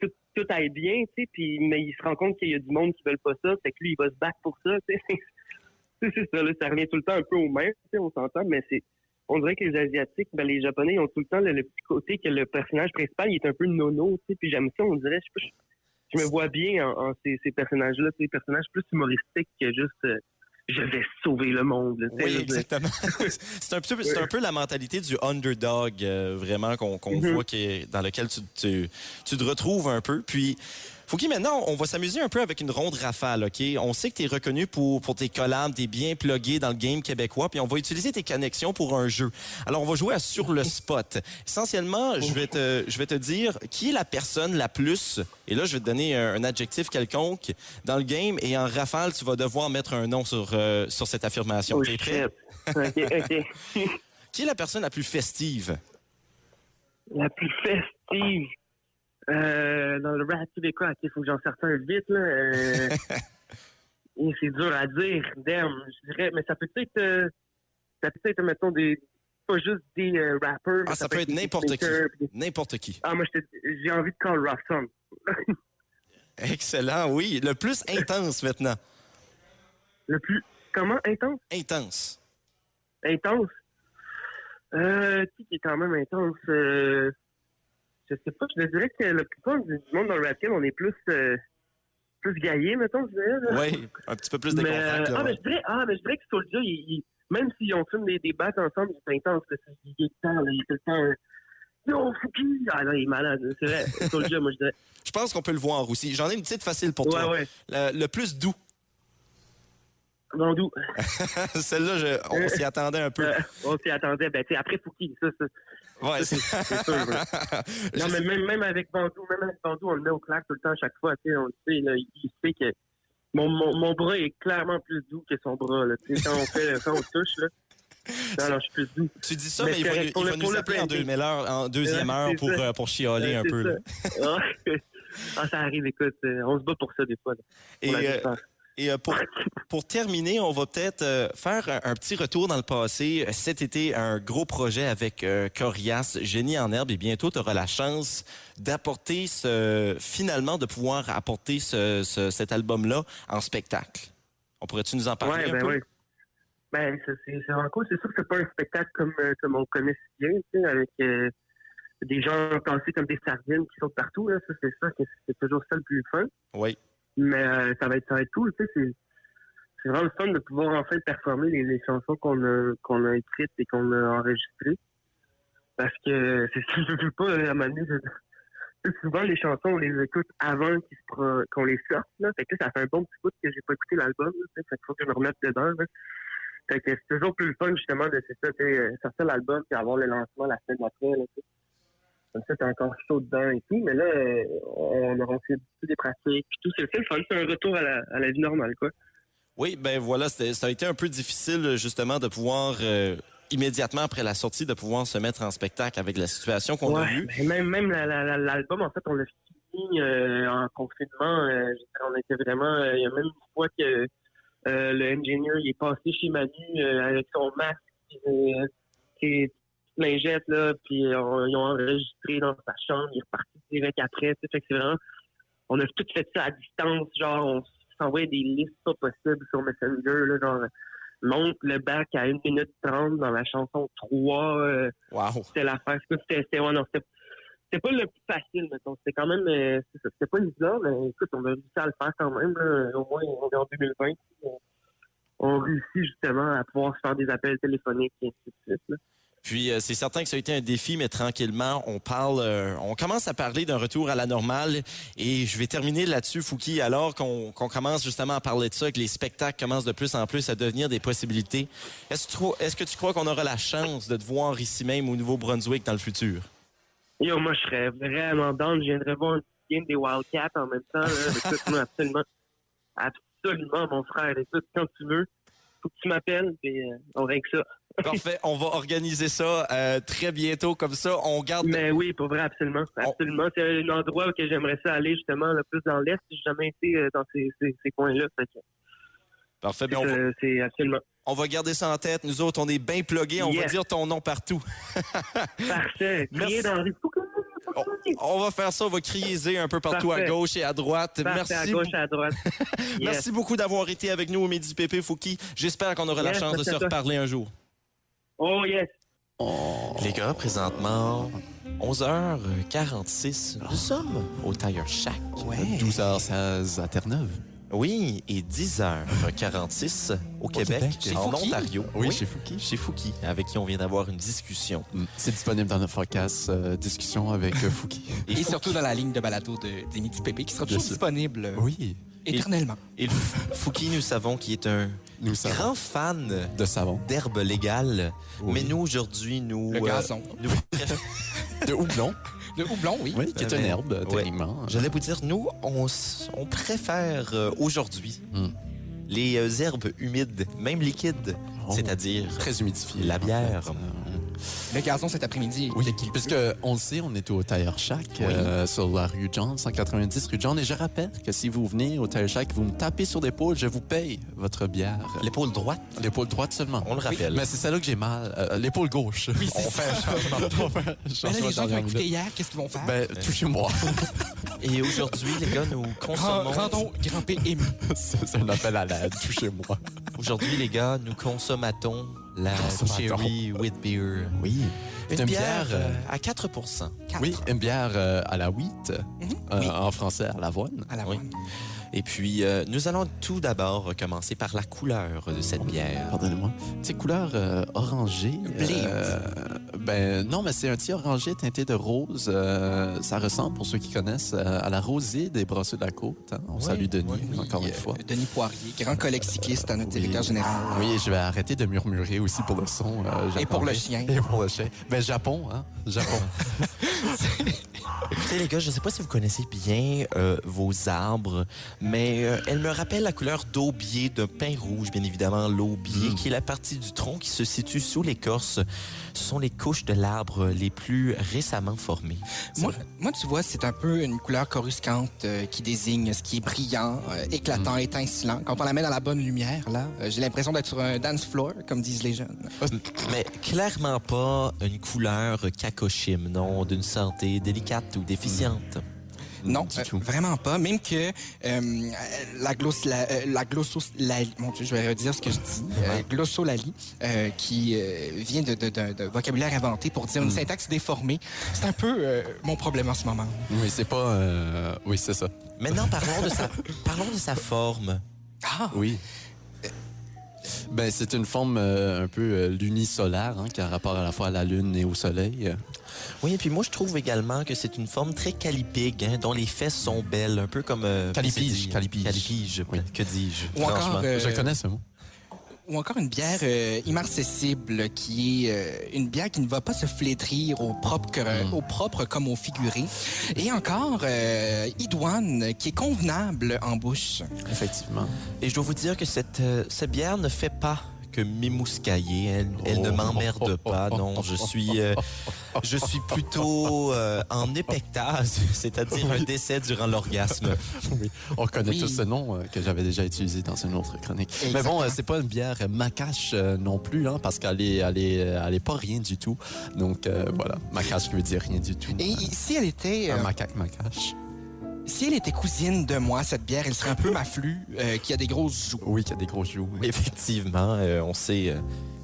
Speaker 8: tout, tout aille bien, tu sais, puis mais il se rend compte qu'il y a du monde qui veulent pas ça, fait que lui, il va se battre pour ça, tu sais. Tu sais, c'est ça, là, ça revient tout le temps un peu au même, tu sais, on s'entend, mais c'est... On dirait que les Asiatiques, ben, les Japonais, ils ont tout le temps le, le petit côté que le personnage principal, il est un peu nono, tu sais, puis j'aime ça, on dirait, je, sais pas, je, je me vois bien en, en ces, ces personnages-là, tu sais, des personnages plus humoristiques que juste... euh, je vais sauver le monde. là, tu sais,
Speaker 1: Oui,
Speaker 8: je veux dire.
Speaker 1: exactement. c'est un, petit peu- c'est un peu la mentalité du underdog, euh, vraiment, qu'on qu'on
Speaker 8: Mhm.
Speaker 1: voit, qui est- dans lequel tu, tu, tu te retrouves un peu. Puis, Fouki, maintenant, on va s'amuser un peu avec une ronde rafale, OK? On sait que tu es reconnu pour, pour tes collabs, t'es bien plugué dans le game québécois, puis on va utiliser tes connexions pour un jeu. Alors, on va jouer à sur le spot. Essentiellement, je vais te, je vais te dire qui est la personne la plus, et là, je vais te donner un, un adjectif quelconque dans le game, et en rafale, tu vas devoir mettre un nom sur, euh, sur cette affirmation.
Speaker 8: Oh,
Speaker 1: T'es prêt?
Speaker 8: shit. OK, OK.
Speaker 1: Qui est la personne la plus festive?
Speaker 8: La plus festive. Euh, dans le rap québécois, il faut que j'en sorte un vite, là. Euh, et c'est dur à dire, damn, je dirais, mais ça peut être, euh, ça peut être, mettons, des, pas juste des euh, rappers.
Speaker 1: Ah,
Speaker 8: mais
Speaker 1: ça peut être
Speaker 8: des
Speaker 1: n'importe qui.
Speaker 8: beatmakers, puis des-
Speaker 1: N'importe qui.
Speaker 8: Ah, moi, je te- j'ai envie de call Robson.
Speaker 1: Excellent, oui. Le plus intense maintenant.
Speaker 8: Le plus, comment, intense?
Speaker 1: Intense.
Speaker 8: Intense? Euh, qui qui est quand même intense? Euh, je sais pas, je te dirais que le plupart du monde dans le rap game, on est plus, euh, plus gaillé, mettons, je dirais. là.
Speaker 1: Oui, un petit peu plus
Speaker 8: Mais,
Speaker 1: décontracté.
Speaker 8: euh,
Speaker 1: là,
Speaker 8: ah, mais
Speaker 1: ouais.
Speaker 8: je dirais, ah, mais je dirais que Soulja, il, il- même s'ils ont fait des débats ensemble, c'est intense. Parce que il est tout le temps, là, il est tout le temps. euh, Yo, Fouki! Ah, là, il est malade. C'est vrai. Soulja, moi, je dirais.
Speaker 1: Je pense qu'on peut le voir aussi. J'en ai une petite facile pour
Speaker 8: Ouais,
Speaker 1: toi.
Speaker 8: ouais.
Speaker 1: Le, le plus doux.
Speaker 8: Bandou.
Speaker 1: Celle-là, je- on s'y attendait un peu.
Speaker 8: Euh, on s'y attendait. Ben, tu sais, après Fouki, ça, ça,
Speaker 1: Ouais, c'est-
Speaker 8: c'est sûr. là. Non, mais même, même avec Bandou, même avec Bandou, on le met au clair tout le temps, à chaque fois. Tu sais, on le sait, là, il sait que mon, mon, mon bras est clairement plus doux que son bras. Là. Tu sais, quand on fait, quand on touche, là. Non, non, je suis plus doux.
Speaker 1: tu dis ça,
Speaker 8: mais
Speaker 1: mais il
Speaker 8: c'est
Speaker 1: va,
Speaker 8: correct.
Speaker 1: il
Speaker 8: Pour
Speaker 1: va
Speaker 8: le- pour
Speaker 1: nous
Speaker 8: le
Speaker 1: appeler en,
Speaker 8: branding.
Speaker 1: deuxième heure, en deuxième
Speaker 8: Ouais,
Speaker 1: heure
Speaker 8: c'est
Speaker 1: pour,
Speaker 8: ça.
Speaker 1: euh, pour chialer
Speaker 8: Euh,
Speaker 1: un
Speaker 8: c'est
Speaker 1: peu.
Speaker 8: ça.
Speaker 1: là.
Speaker 8: ah, ça arrive, écoute. euh, on se bat pour ça des fois. là,
Speaker 1: Et,
Speaker 8: pour la
Speaker 1: euh,
Speaker 8: distance.
Speaker 1: Et euh, pour, pour terminer, on va peut-être euh, faire un, un petit retour dans le passé. euh, Cet été, un gros projet avec euh, Corias, Génie en herbe, et bientôt, tu auras la chance d'apporter ce, finalement, de pouvoir apporter ce, ce- cet album-là en spectacle. On pourrait-tu nous en parler
Speaker 8: ouais,
Speaker 1: un
Speaker 8: ben
Speaker 1: peu?
Speaker 8: oui. Ben, ça, c'est c'est vraiment cool. C'est sûr que c'est pas un spectacle comme, euh, comme on connaît si bien, tu sais, avec euh, des gens tassés comme des sardines qui sautent partout. Là. Ça, c'est ça, que c'est toujours ça le plus fun.
Speaker 1: Oui.
Speaker 8: Mais euh, ça va être ça va être cool, tu sais. C'est, c'est vraiment le fun de pouvoir enfin performer les, les chansons qu'on a qu'on a écrites et qu'on a enregistrées. Parce que c'est ce que je veux pas euh, à un moment donné, je- Souvent les chansons on les écoute avant qu'ils se pro- qu'on les sorte. Là. Fait que là, ça fait un bon petit bout que j'ai pas écouté l'album. Là, tu sais. fait qu'il faut que je me remette dedans. là. Fait que c'est toujours plus le fun justement de c'est ça, tu sais, euh, sortir l'album puis avoir le lancement la semaine d'après. Là, tu sais. Comme ça, t'es encore chaud dedans et tout. Mais là, euh, on aura fait beaucoup des pratiques puis tout. C'est c'est le fun, c'est un retour à la, à la vie normale, quoi.
Speaker 1: Oui, ben voilà, c'était- ça a été un peu difficile, justement, de pouvoir euh, immédiatement après la sortie de pouvoir se mettre en spectacle avec la situation qu'on a
Speaker 8: Ouais,
Speaker 1: eue.
Speaker 8: mais même même la- la- la- l'album, en fait, on l'a fini euh, en confinement. euh, je dirais, on était vraiment. euh, Il y a même une fois que euh, le ingénieur il est passé chez Manu euh, avec son masque euh, et ses lingettes, là, puis euh, on- ils ont enregistré dans sa chambre. Il est reparti direct après. tu sais, Fait que c'est vraiment. On a tout fait ça à distance. Genre, on s'envoyait des listes pas possibles sur Messenger. Là, genre, monte le bac à 1 minute 30 dans la chanson 3. euh,
Speaker 1: Wow!
Speaker 8: c'était l'affaire. C'est- C'était c'était- ouais, non, c'était- c'était pas le plus facile, mettons. C'était quand même. euh, c'est ça, C'était pas évident, mais écoute, on a réussi à le faire quand même. là. Au moins, on est en 2020. On, on réussit justement à pouvoir se faire des appels téléphoniques et ainsi de suite. là.
Speaker 1: Puis euh, c'est certain que ça a été un défi, mais tranquillement, on parle, euh, on commence à parler d'un retour à la normale. Et je vais terminer là-dessus, Fouki, alors qu'on qu'on commence justement à parler de ça, que les spectacles commencent de plus en plus à devenir des possibilités. Est-ce que tu crois- est-ce que tu crois qu'on aura la chance de te voir ici même au Nouveau-Brunswick dans le futur?
Speaker 8: Yo, moi, je serais vraiment down. Je viendrais voir un petit game des Wildcats en même temps. Là. Écoute, moi, absolument. Absolument, mon frère. Écoute, quand tu veux, faut que tu m'appelles, puis euh, on règle ça.
Speaker 1: Parfait, on va organiser ça euh, très bientôt comme ça. On garde
Speaker 8: Mais oui, pour vrai, absolument. Absolument. C'est un endroit que j'aimerais ça aller, justement, le plus dans l'Est. J'ai jamais été euh, dans ces, ces, ces coins-là. Fait que,
Speaker 1: Parfait, bien, on, va,
Speaker 8: euh, C'est absolument
Speaker 1: on va garder ça en tête. Nous autres, on est bien plugués, on va
Speaker 8: Yes.
Speaker 1: dire ton nom partout.
Speaker 8: parfait.
Speaker 1: Merci. Oh,
Speaker 8: Crier dans la rue. Coucou, coucou.
Speaker 1: On, on va faire ça, on va crier un peu partout à
Speaker 8: Parfait.
Speaker 1: gauche et à droite.
Speaker 8: Parfait, à
Speaker 1: Merci
Speaker 8: gauche, à droite. Yes.
Speaker 1: Merci beaucoup d'avoir été avec nous au Midi Pépé Fouki. J'espère qu'on aura la
Speaker 8: Yes,
Speaker 1: chance de
Speaker 8: merci
Speaker 1: se
Speaker 8: à toi.
Speaker 1: reparler un jour.
Speaker 8: Oh, yes.
Speaker 1: Les gars, présentement, 11h46, nous sommes au Tire Shack.
Speaker 4: 12h16 à Terre-Neuve.
Speaker 1: Oui, et 10h46 au Québec,
Speaker 4: Québec. Chez
Speaker 1: en
Speaker 4: Fouki?
Speaker 1: Ontario.
Speaker 4: Oui, chez Fouki.
Speaker 1: Chez Fouki, avec qui on vient d'avoir une discussion.
Speaker 4: Mm. C'est disponible dans notre podcast euh, Discussion avec euh, Fouki.
Speaker 1: Et
Speaker 3: Et
Speaker 1: Fouki-
Speaker 3: surtout dans la ligne de balado de, des Midi Pépé qui sera toujours
Speaker 4: Bien sûr.
Speaker 3: disponible euh,
Speaker 4: Oui,
Speaker 3: éternellement.
Speaker 1: et le F- Fouki, nous savons qu'il est un
Speaker 4: nous sommes
Speaker 1: grand fan
Speaker 4: de savon.
Speaker 1: d'herbe légale,
Speaker 4: Oui.
Speaker 1: mais nous, aujourd'hui, nous...
Speaker 3: Le
Speaker 1: euh,
Speaker 3: gazon.
Speaker 1: nous-
Speaker 4: De houblon,
Speaker 3: Le houblon, oui.
Speaker 4: oui, qui est une
Speaker 1: mais-
Speaker 4: herbe,
Speaker 1: ouais.
Speaker 4: techniquement.
Speaker 1: J'allais vous dire, nous, on, s- on préfère euh, aujourd'hui
Speaker 4: Hmm.
Speaker 1: les euh, herbes humides, même liquides,
Speaker 4: Oh.
Speaker 1: c'est-à-dire
Speaker 4: Très humidifié.
Speaker 1: La
Speaker 4: en fait.
Speaker 1: bière.
Speaker 4: Euh,
Speaker 3: Le gazon cet après-midi.
Speaker 4: Oui, parce que on le sait, on est au Tire Shack euh, sur la rue John, 190 rue John. Et je rappelle que si vous venez au Tire Shack, vous me tapez sur l'épaule, je vous paye votre bière.
Speaker 1: l'épaule droite,
Speaker 4: L'épaule droite seulement.
Speaker 1: on le rappelle.
Speaker 4: Mais c'est celle-là que j'ai mal. euh, l'épaule gauche. Oui,
Speaker 1: On fait un changement.
Speaker 4: on fait un
Speaker 3: Mais là,
Speaker 4: changement
Speaker 3: les gens qui ont
Speaker 4: d'arrière-minute.
Speaker 3: écouté hier, qu'est-ce qu'ils vont faire?
Speaker 4: Ben, touchez-moi.
Speaker 1: Et aujourd'hui, les gars, nous
Speaker 3: Ren-
Speaker 1: consommons...
Speaker 3: Rendons grand P ému.
Speaker 4: c'est c'est un appel à l'aide. Touchez-moi.
Speaker 1: Aujourd'hui, les gars, nous consommatons la
Speaker 4: Consommatons.
Speaker 1: Cherry Wheat Beer.
Speaker 4: Oui.
Speaker 1: Une,
Speaker 4: C'est une
Speaker 1: bière,
Speaker 4: bière,
Speaker 1: euh, à 4
Speaker 4: Oui, une bière euh, à la wheat, euh,
Speaker 1: Oui.
Speaker 4: en français à l'avoine.
Speaker 3: À la
Speaker 1: Oui.
Speaker 3: bonne.
Speaker 1: Et puis, euh, nous allons tout d'abord commencer par la couleur de cette bière.
Speaker 4: Pardonnez-moi. Petite couleur euh, orangée.
Speaker 3: Bleed.
Speaker 4: ben non, mais c'est un petit orangé teinté de rose. Euh, ça ressemble, pour ceux qui connaissent, euh, à la rosée des brasseux de la côte. hein. On salue Denis, encore une
Speaker 3: Euh,
Speaker 4: fois. Ah,
Speaker 3: Denis Poirier, grand collègue cycliste à notre directeur général.
Speaker 4: Oui, je vais arrêter de murmurer aussi pour le son. euh,
Speaker 3: Et pour le
Speaker 4: j'attendais.
Speaker 3: chien.
Speaker 4: Et pour le chien. Ben Japon, hein? Japon.
Speaker 1: Écoutez, les gars, je ne sais pas si vous connaissez bien euh, vos arbres, mais euh, elle me rappelle la couleur d'aubier d'un pin rouge, bien évidemment, l'aubier,
Speaker 4: Mm.
Speaker 1: qui est la partie du tronc qui se situe sous l'écorce. Ce sont les couches de l'arbre les plus récemment formées.
Speaker 3: Moi, moi, tu vois, c'est un peu une couleur coruscante euh, qui désigne ce qui est brillant, euh,
Speaker 4: Mm.
Speaker 3: éclatant, étincelant. Quand on la met dans la bonne lumière, là, euh, j'ai l'impression d'être sur un dance floor, comme disent les jeunes.
Speaker 4: Ah,
Speaker 3: Euh,
Speaker 1: Mais clairement pas une couleur cacochime, non, d'une santé délicate ou déficiente.
Speaker 3: Non,
Speaker 4: du
Speaker 3: euh,
Speaker 4: tout.
Speaker 3: vraiment pas. Même que euh, euh, la, gloss, la, euh, la glossolalie, mon Dieu, je vais redire ce que je dis, Euh, glossolalie, euh, qui euh, vient d'un de, d'un- d'un vocabulaire inventé pour dire une
Speaker 4: Mm.
Speaker 3: syntaxe déformée. C'est un peu euh, mon problème en ce moment.
Speaker 4: oui, c'est pas... euh, Oui, c'est ça.
Speaker 1: Maintenant, parlons de sa, parlons de sa forme.
Speaker 3: Ah,
Speaker 4: Oui. Ben, c'est une forme euh, un peu euh, lunisolaire, hein, qui a rapport à la fois à la Lune et au Soleil.
Speaker 1: Oui, et puis moi, je trouve également que c'est une forme très calipige, hein, dont les fesses sont belles, un peu comme... euh,
Speaker 4: Calipige,
Speaker 1: c'est dit.
Speaker 4: calipige.
Speaker 1: Calipige,
Speaker 4: Oui.
Speaker 1: que dis-je,
Speaker 3: Ou encore,
Speaker 1: franchement.
Speaker 3: euh,
Speaker 4: Je connais ce mot.
Speaker 3: ou encore une bière euh, immarcessible qui est euh, une bière qui ne va pas se flétrir au propre, que- au propre comme au figuré. Et encore, euh, idoine qui est convenable en bouche.
Speaker 4: Effectivement.
Speaker 1: Et je dois vous dire que cette, euh, cette bière ne fait pas que Mimouskaillé. Elle, elle ne
Speaker 4: Oh.
Speaker 1: m'emmerde pas. Non, je suis, euh, je suis plutôt euh, en épectase, c'est-à-dire un décès durant l'orgasme.
Speaker 4: Oui, on connaît
Speaker 3: Oui.
Speaker 4: tous ce nom euh, que j'avais déjà utilisé dans une autre chronique. Mais
Speaker 3: Exactement.
Speaker 4: bon, euh, c'est pas une bière euh, macache euh, non plus, hein, parce qu'elle est, elle est, euh, elle est pas rien du tout. Donc euh, voilà, macache qui veut dire rien du tout.
Speaker 3: Et
Speaker 4: Euh,
Speaker 3: si elle était...
Speaker 4: un
Speaker 3: euh,
Speaker 4: macaque macache.
Speaker 3: Si elle était cousine de moi, cette bière, elle serait un peu ma flûte euh, qui a des grosses joues.
Speaker 4: Oui, qui a des gros joues. oui.
Speaker 1: Effectivement, euh, on sait. euh,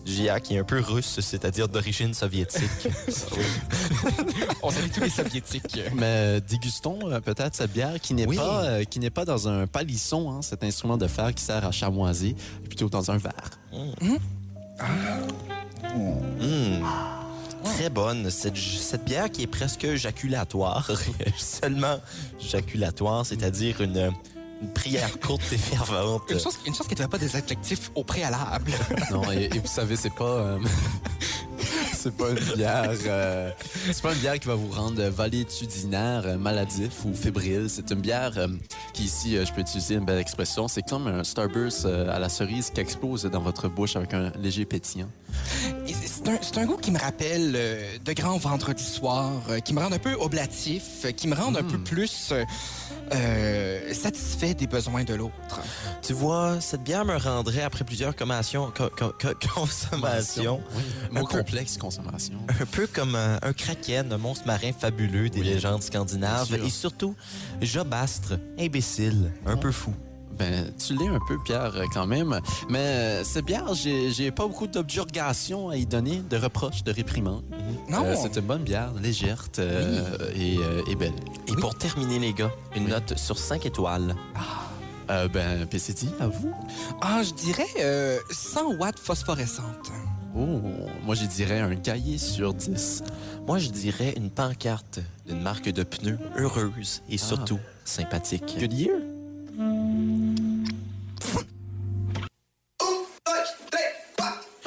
Speaker 1: Jia qui est un peu russe, c'est-à-dire d'origine soviétique.
Speaker 3: On savait tous les soviétiques.
Speaker 4: Mais dégustons euh, peut-être cette bière qui n'est
Speaker 1: Oui.
Speaker 4: pas euh, qui n'est pas dans un palisson, hein, cet instrument de fer qui sert à chamoiser, plutôt dans un verre.
Speaker 1: Hmm. Très bonne. Cette, cette bière qui est presque jaculatoire. Seulement jaculatoire, c'est-à-dire une, une prière courte et fervente.
Speaker 3: Une chose, une chose qu'elle n'avait pas des adjectifs au préalable.
Speaker 4: Non, et, et vous savez, c'est pas euh, c'est pas une bière euh, c'est pas une bière qui va vous rendre valétudinaire, euh, maladif ou fébrile. C'est une bière euh, qui ici, euh, je peux utiliser une belle expression, c'est comme un Starburst euh, à la cerise qui explose dans votre bouche avec un léger pétillant.
Speaker 3: Et C'est un, c'est un goût qui me rappelle euh, de grands vendredis soirs, euh, qui me rend un peu oblatif, euh, qui me rend un peu plus euh, euh, satisfait des besoins de l'autre.
Speaker 1: Tu vois, cette bière me rendrait après plusieurs commations- co- co- co- consommations,
Speaker 4: Oui,
Speaker 1: Un
Speaker 4: mot
Speaker 1: peu.
Speaker 4: complexe consommation.
Speaker 1: un peu comme un, un kraken, un monstre marin fabuleux des
Speaker 4: Oui.
Speaker 1: légendes scandinaves
Speaker 4: Bien sûr.
Speaker 1: et surtout jobastre, imbécile, un peu fou.
Speaker 4: Ben, tu l'es un peu, Pierre, euh, quand même. Mais euh, cette bière, j'ai j'ai pas beaucoup d'objurgations à y donner, de reproches, de réprimandes.
Speaker 3: Non.
Speaker 4: Euh, c'est une bonne bière, légère euh, et, euh, et belle.
Speaker 1: Et pour terminer, les gars, une note sur 5 étoiles.
Speaker 4: Euh, ben, PCT, à vous.
Speaker 3: Ah, je dirais euh, 100 watts phosphorescentes.
Speaker 4: Oh, moi, je dirais un cahier sur 10.
Speaker 1: Moi, je dirais une pancarte d'une marque de pneus heureuse et surtout sympathique.
Speaker 4: Good year. Ah,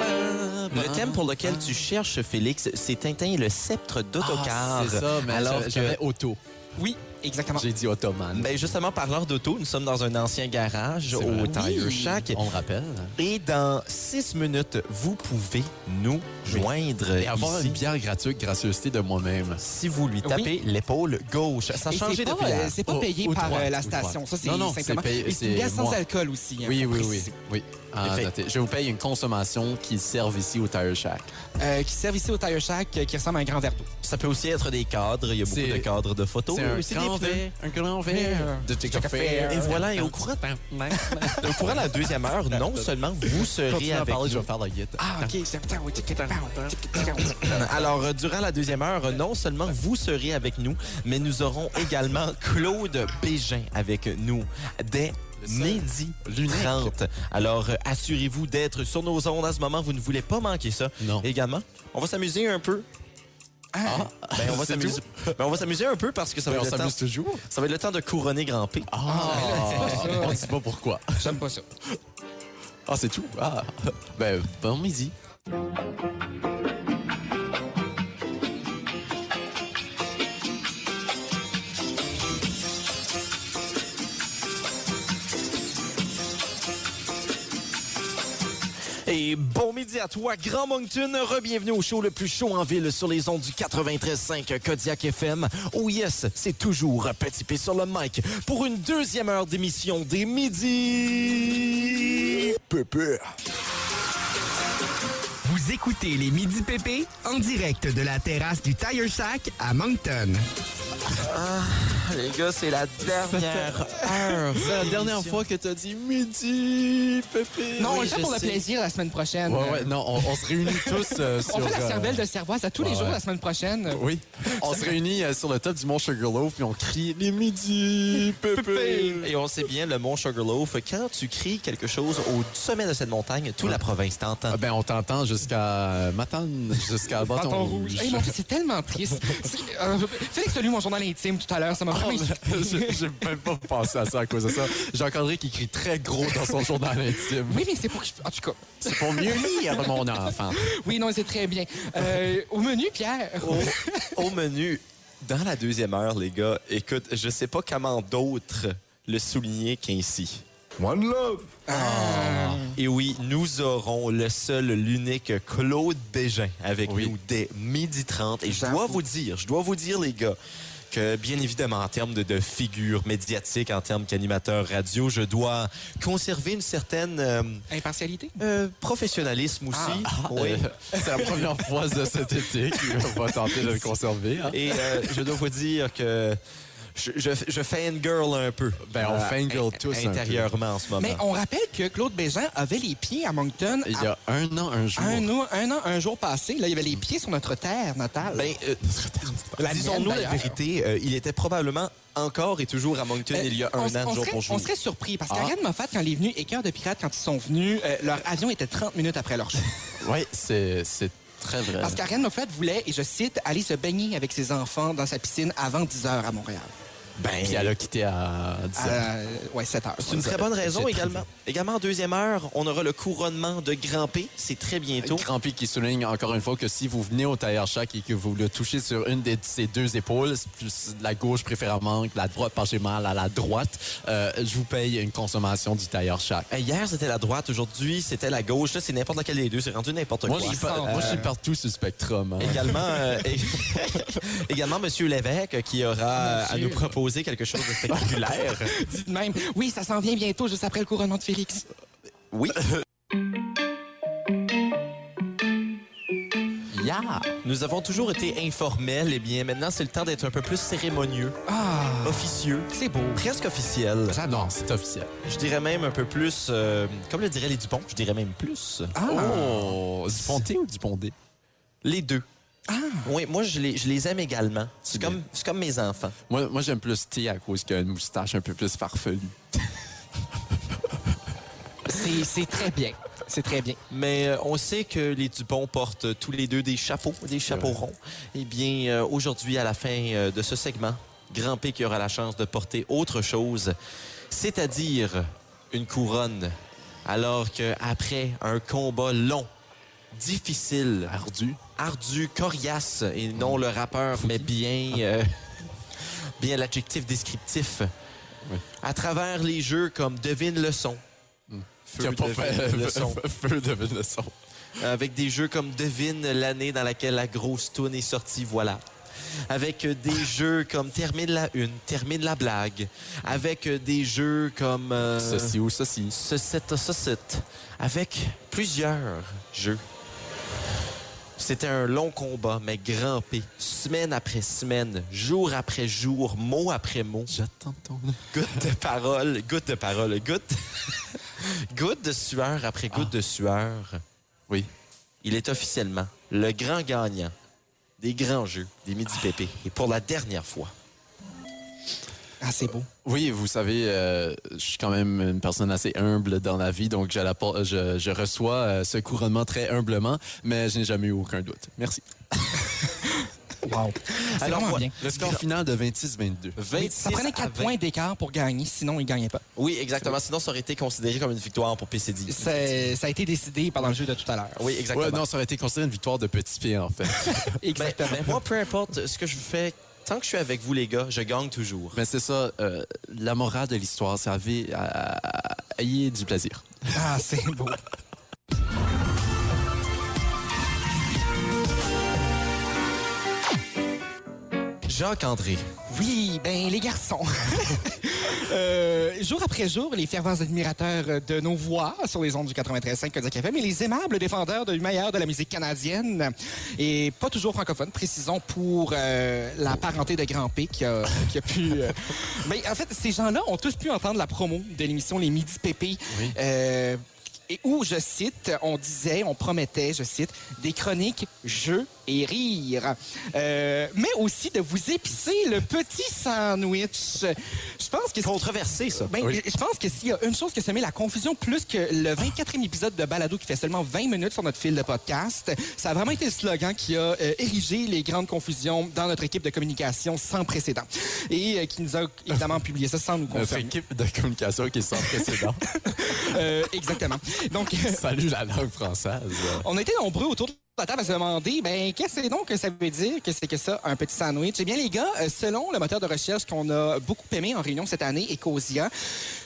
Speaker 1: Le thème pour lequel tu cherches, Félix, c'est Tintin et le sceptre
Speaker 4: Ah,
Speaker 1: d'autocar.
Speaker 4: c'est ça, mais
Speaker 1: alors
Speaker 4: alors
Speaker 1: que-
Speaker 4: j'avais auto.
Speaker 3: Oui, exactement.
Speaker 4: J'ai dit ottoman.
Speaker 1: Ben justement, parlant d'auto, nous sommes dans un ancien garage
Speaker 4: C'est
Speaker 1: au
Speaker 4: vrai.
Speaker 1: Tire
Speaker 4: Oui.
Speaker 1: Shack.
Speaker 4: On le rappelle.
Speaker 1: Et dans six minutes, vous pouvez nous joindre
Speaker 4: Et avoir
Speaker 1: ici
Speaker 4: une bière gratuite, gracieuseté de moi-même.
Speaker 1: si vous lui tapez l'épaule gauche. Ça a
Speaker 3: Et
Speaker 1: changé
Speaker 3: c'est pas,
Speaker 1: depuis
Speaker 3: euh,
Speaker 1: hier.
Speaker 3: C'est pas
Speaker 4: Ou-
Speaker 3: payé
Speaker 4: ou
Speaker 3: par
Speaker 4: droite,
Speaker 3: euh, la
Speaker 4: ou droite.
Speaker 3: station. Ça, c'est
Speaker 4: Non, non, c'est
Speaker 3: simplement.
Speaker 4: payé-
Speaker 3: Et c'est une
Speaker 4: c'est
Speaker 3: bière sans
Speaker 4: moi.
Speaker 3: alcool aussi. hein,
Speaker 4: Oui,
Speaker 3: faut
Speaker 4: oui, oui.
Speaker 3: préciser.
Speaker 4: oui. Ah,
Speaker 1: Effect-
Speaker 4: attendez, je vous paye une consommation qui serve ici au Tire Shack.
Speaker 3: Euh, qui servent ici au Tire Shack, euh, qui ressemble à un grand verre d'eau.
Speaker 1: Ça peut aussi être des cadres. Il y a beaucoup
Speaker 4: C'est-
Speaker 1: de cadres de photos. mais aussi des pneus.
Speaker 4: un grand
Speaker 3: verre
Speaker 4: de Take a Fair.
Speaker 1: Et voilà, et au courant, au courant de la deuxième heure, non seulement vous serez
Speaker 4: Continue à
Speaker 1: avec
Speaker 4: parler, je
Speaker 1: nous,
Speaker 4: vais faire la guide.
Speaker 3: Ah, OK. c'est- putain, oui, tic, tic, tic, tic, tic, tic.
Speaker 1: Alors, euh, durant la deuxième heure, euh, non seulement vous serez avec nous, mais nous aurons également Claude Bégin avec nous dès midi 30. Alors, euh, assurez-vous d'être sur nos ondes à ce moment. Vous ne voulez pas manquer ça.
Speaker 4: Non.
Speaker 1: Également, on va s'amuser un peu.
Speaker 3: Ah,
Speaker 1: Ben, on va
Speaker 4: C'est
Speaker 1: s'amuser. Ben, on va s'amuser un peu parce que ça va,
Speaker 4: Ben, on
Speaker 1: être le temps,
Speaker 4: s'amuse toujours.
Speaker 1: ça va être le temps de couronner Grand P.
Speaker 4: Ah, on ne sait pas pourquoi.
Speaker 3: j'aime pas ça.
Speaker 4: Ah, c'est tout. Ah, ben, bon midi.
Speaker 1: Et bon midi à toi, Grand Moncton. Rebienvenue au show le plus chaud en ville sur les ondes du 93.5 Kodiak FM. Oh yes, c'est toujours Petit P sur le mic pour une deuxième heure d'émission des midis. Pépé.
Speaker 2: Vous écoutez les Midi PP en direct de la terrasse du Tire Shack à Moncton.
Speaker 1: Les gars, c'est la dernière heure.
Speaker 4: C'est la dernière fois que tu as dit midi, pépé.
Speaker 3: Non, on
Speaker 4: Oui,
Speaker 3: le fait
Speaker 4: je
Speaker 3: pour le
Speaker 4: sais.
Speaker 3: plaisir la semaine prochaine.
Speaker 4: Ouais, ouais, non, on, on se réunit tous euh, sur.
Speaker 3: On fait
Speaker 4: euh,
Speaker 3: la cervelle de cervoise à tous les
Speaker 4: ouais,
Speaker 3: jours
Speaker 4: ouais.
Speaker 3: la semaine prochaine.
Speaker 4: Oui. On se réunit euh, sur le top du Mont Sugarloaf puis on crie les midis, pépé.
Speaker 1: Et on sait bien, le mont Sugarloaf, quand tu cries quelque chose au sommet de cette montagne, toute la province t'entend.
Speaker 4: Ah, ben, on t'entend jusqu'à Matane, jusqu'à Bâton, Rouge.
Speaker 3: Hey, mon Dieu, c'est tellement triste. C'est- euh, Félix a lu mon journal intime tout à l'heure, ça m'a
Speaker 4: Ah,
Speaker 3: vraiment
Speaker 4: ben,
Speaker 3: insulté.
Speaker 4: J'ai j'ai même pas pensé à ça à cause de ça. Jean-Candré qui crie très gros dans son journal intime.
Speaker 3: Oui, mais c'est pour que je... En tout cas,
Speaker 4: C'est pour mieux lire, mon enfant.
Speaker 3: oui, non, c'est très bien. Euh, au menu, Pierre,
Speaker 1: au, au menu dans la deuxième heure, les gars. Écoute, je sais pas comment d'autres le souligner qu'ainsi. Ah.
Speaker 9: One Love.
Speaker 1: Et oui, nous aurons le seul, l'unique Claude Bégin avec nous dès midi 30. Et je dois vous dire, je dois vous dire, les gars, que bien évidemment, en termes de, de figure médiatique, en termes qu'animateur radio, je dois conserver une certaine euh,
Speaker 3: Impartialité?
Speaker 1: euh, professionnalisme aussi. Oui.
Speaker 4: Euh, c'est la première fois de cet été qu'on va tenter de le conserver. hein.
Speaker 1: Et euh, je dois vous dire que je, je, je fangirl un peu. Euh,
Speaker 4: Ben, on fangirl tous un peu.
Speaker 1: Intérieurement en ce moment.
Speaker 3: Mais on rappelle que Claude Bégin avait les pieds à Moncton
Speaker 4: Ah, ben. Il y
Speaker 3: à
Speaker 4: a un an, un jour.
Speaker 3: un, an, un an, un jour passé. Là, il avait les pieds sur notre terre natale.
Speaker 1: Ben, euh,
Speaker 3: La
Speaker 1: disons-nous
Speaker 3: mienne,
Speaker 1: la
Speaker 3: d'ailleurs.
Speaker 1: vérité, euh, il était probablement encore et toujours à Moncton
Speaker 3: Euh,
Speaker 1: il y a un
Speaker 3: on,
Speaker 1: an,
Speaker 3: on
Speaker 1: jour
Speaker 3: serait,
Speaker 1: pour jour.
Speaker 3: on serait surpris parce
Speaker 4: Ah.
Speaker 3: qu'Ariane Moffat, quand elle est venue, et Cœur de Pirate, quand ils sont venus, euh, leur avion était 30 minutes après leur show.
Speaker 4: Oui, c'est c'est très vrai.
Speaker 3: Parce qu'Ariane Moffat voulait, et je cite, aller se baigner avec ses enfants dans sa piscine avant 10 heures à Montréal.
Speaker 1: Ben,
Speaker 4: Puis elle a quitté à 10
Speaker 3: À,
Speaker 4: heures.
Speaker 3: euh, ouais, 7 heures.
Speaker 1: c'est une très bonne raison également. Également, en deuxième heure, on aura le couronnement de Grand P. C'est très bientôt.
Speaker 4: Crampy qui souligne encore une fois que si vous venez au tailleur chac et que vous le touchez sur une de ses deux épaules, c'est plus la gauche préférablement que la droite, penchez mal à la droite, euh, je vous paye une consommation du tailleur chac.
Speaker 1: Euh, Hier, c'était la droite. Aujourd'hui, c'était la gauche. Là, c'est n'importe laquelle des deux. C'est rendu n'importe quoi.
Speaker 4: Moi, je suis pas-
Speaker 3: centre.
Speaker 4: moi, je suis partout sur le spectrum. hein.
Speaker 1: Également, euh, é- également Monsieur Lévesque qui aura à nous proposer quelque chose de spectaculaire.
Speaker 3: Dites même, oui, ça s'en vient bientôt, juste après le couronnement de Félix.
Speaker 1: Oui.
Speaker 4: Yeah!
Speaker 1: Nous avons toujours été informels, et bien maintenant c'est le temps d'être un peu plus cérémonieux,
Speaker 3: Ah,
Speaker 1: officieux,
Speaker 3: c'est beau.
Speaker 1: presque officiel.
Speaker 4: Ah non, c'est officiel.
Speaker 1: Je dirais même un peu plus, euh, comme le diraient les Dupont, je dirais même plus.
Speaker 3: Ah,
Speaker 4: Oh! Du ponté ou du pondé?
Speaker 1: Les deux. Oui, moi je les, je Ah. les aime également. C'est
Speaker 4: bien.
Speaker 1: comme, c'est comme mes enfants.
Speaker 4: Moi, moi j'aime plus T à cause qu'il a une moustache un peu plus farfelue.
Speaker 3: c'est c'est très bien. C'est très bien.
Speaker 1: Mais euh, on sait que les Dupont portent euh, tous les deux des chapeaux, des chapeaux ronds. Eh bien, euh, aujourd'hui, à la fin euh, de ce segment, Grand P qui aura la chance de porter autre chose, c'est-à-dire une couronne. Alors qu'après un combat long, difficile,
Speaker 4: Ardu.
Speaker 1: ardu, coriace, et non le rappeur, mais bien, euh, bien l'adjectif descriptif.
Speaker 4: Oui.
Speaker 1: À travers les jeux comme Devine le son.
Speaker 4: Hmm. Qui a pas fait
Speaker 1: Devine le son.
Speaker 4: feu de leçon.
Speaker 1: Avec des jeux comme Devine l'année dans laquelle la grosse toune est sortie, voilà. Avec euh, des jeux comme Termine la une, Termine la blague. Avec euh, des jeux comme... euh,
Speaker 4: Ceci ou ceci.
Speaker 1: ce set, ce set, avec plusieurs jeux. C'était un long combat, mais grand P, semaine après semaine, jour après jour, mot après mot,
Speaker 4: J'attends ton...
Speaker 1: goutte de parole, goutte de parole, Ah. goutte, goutte de sueur après goutte de sueur.
Speaker 4: Oui.
Speaker 1: Il est officiellement le grand gagnant des grands jeux des Midi Pépé. Et pour la dernière fois,
Speaker 3: Ah, c'est beau.
Speaker 4: Oui, vous savez, euh, je suis quand même une personne assez humble dans la vie, donc je, la por- je, je reçois euh, ce couronnement très humblement, mais je n'ai jamais eu aucun doute. Merci.
Speaker 3: Wow. C'est
Speaker 1: Alors,
Speaker 3: vraiment
Speaker 1: moi-
Speaker 3: bien.
Speaker 4: Le score final de 26-22.
Speaker 3: Mais
Speaker 1: 26
Speaker 3: Ça prenait 4
Speaker 1: à 20.
Speaker 3: points d'écart pour gagner, sinon il ne gagnait pas.
Speaker 1: Oui, exactement. Sinon, ça aurait été considéré comme une victoire pour PCD.
Speaker 3: C'est- Ça a été décidé pendant le jeu de tout à l'heure.
Speaker 1: Oui, exactement.
Speaker 4: Ouais, non, ça aurait été considéré une victoire de petit pied, en fait.
Speaker 1: Ben,
Speaker 3: Exactement.
Speaker 1: ben, moi, peu importe ce que je fais, tant que je suis avec vous, les gars, je gagne toujours.
Speaker 4: mais c'est ça, euh, la morale de l'histoire, c'est avez- à- à- ayez du plaisir.
Speaker 3: Ah, c'est beau.
Speaker 1: Jacques-André.
Speaker 3: Oui, ben les garçons. Euh, jour après jour, les fervents admirateurs de nos voix sur les ondes du 93.5 Kodiak FM et les aimables défendeurs du meilleur de la musique canadienne et pas toujours francophone, précisons pour euh, la parenté de Grand P qui a, qui a pu... euh, ben, en fait, ces gens-là ont tous pu entendre la promo de l'émission Les Midi Pépé. euh, et où, je cite, on disait, on promettait, je cite, des chroniques, jeux et rires. Euh, mais aussi de vous épicer le petit sandwich. Je pense que...
Speaker 1: Controversé, ça.
Speaker 3: Ben, Je pense que s'il y a une chose qui se met la confusion plus que le 24e épisode de Balado qui fait seulement 20 minutes sur notre fil de podcast, ça a vraiment été le slogan qui a euh, érigé les grandes confusions dans notre équipe de communication sans précédent et euh, qui nous a évidemment publié ça sans nous
Speaker 4: Notre
Speaker 3: confirmer.
Speaker 4: équipe Euh, de communication qui est sans précédent.
Speaker 3: Euh, exactement. Donc, euh,
Speaker 4: Salut la langue française.
Speaker 3: on a été nombreux autour de Attends, va se demander, ben, qu'est-ce que c'est donc que ça veut dire que c'est que ça, un petit sandwich? Eh bien, les gars, euh, selon le moteur de recherche qu'on a beaucoup aimé en réunion cette année, Ecosia,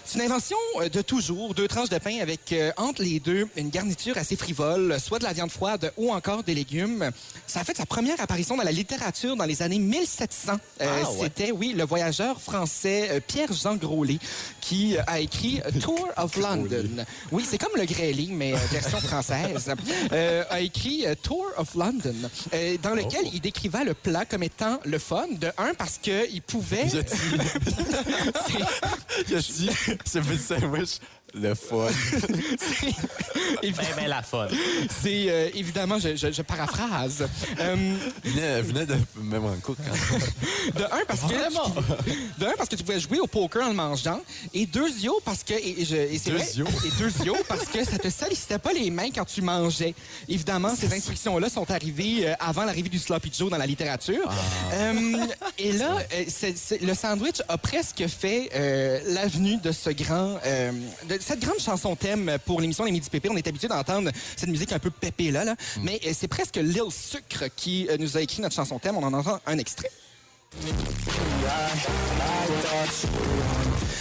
Speaker 3: c'est une invention euh, de toujours, deux tranches de pain avec, euh, entre les deux, une garniture assez frivole, soit de la viande froide ou encore des légumes. Ça a fait sa première apparition dans la littérature dans les années 1700. Euh,
Speaker 1: Ah, ouais.
Speaker 3: C'était, oui, le voyageur français euh, Pierre-Jean Grosley qui euh, a écrit Tour of London. Oui, c'est comme le Grelly, mais euh, version française. Euh, a écrit euh, Tour of London, euh, dans lequel
Speaker 1: Oh.
Speaker 3: il décrivait le plat comme étant le fun, de un, parce qu'il pouvait...
Speaker 4: Il a dit- Il a dit, ce petit sandwich, le fun.
Speaker 1: Ben, ben, la folle.
Speaker 3: c'est euh, évidemment, je, je- je paraphrase. Euh,
Speaker 4: Elle venait de même en couple. Quand...
Speaker 3: De un, parce que de un, parce que tu pouvais jouer au poker en le mangeant. Et deux yeux, parce que. Et, et je- et c'est
Speaker 4: Deux
Speaker 3: vrai.
Speaker 4: yeux.
Speaker 3: Et deux yeux, parce que ça te sollicitait pas les mains quand tu mangeais. Évidemment, ces instructions-là sont arrivées euh, avant l'arrivée du Sloppy Joe dans la littérature. Euh, et là, euh, c'est- c'est- le sandwich a presque fait euh, l'avenue de ce grand. euh, de cette grande chanson thème pour l'émission Les Midi Pépé. On est habitué d'entendre cette musique un peu pépé-là, là. Mais euh, c'est presque Lil Sucre qui euh, nous a écrit notre chanson thème. On en entend un extrait.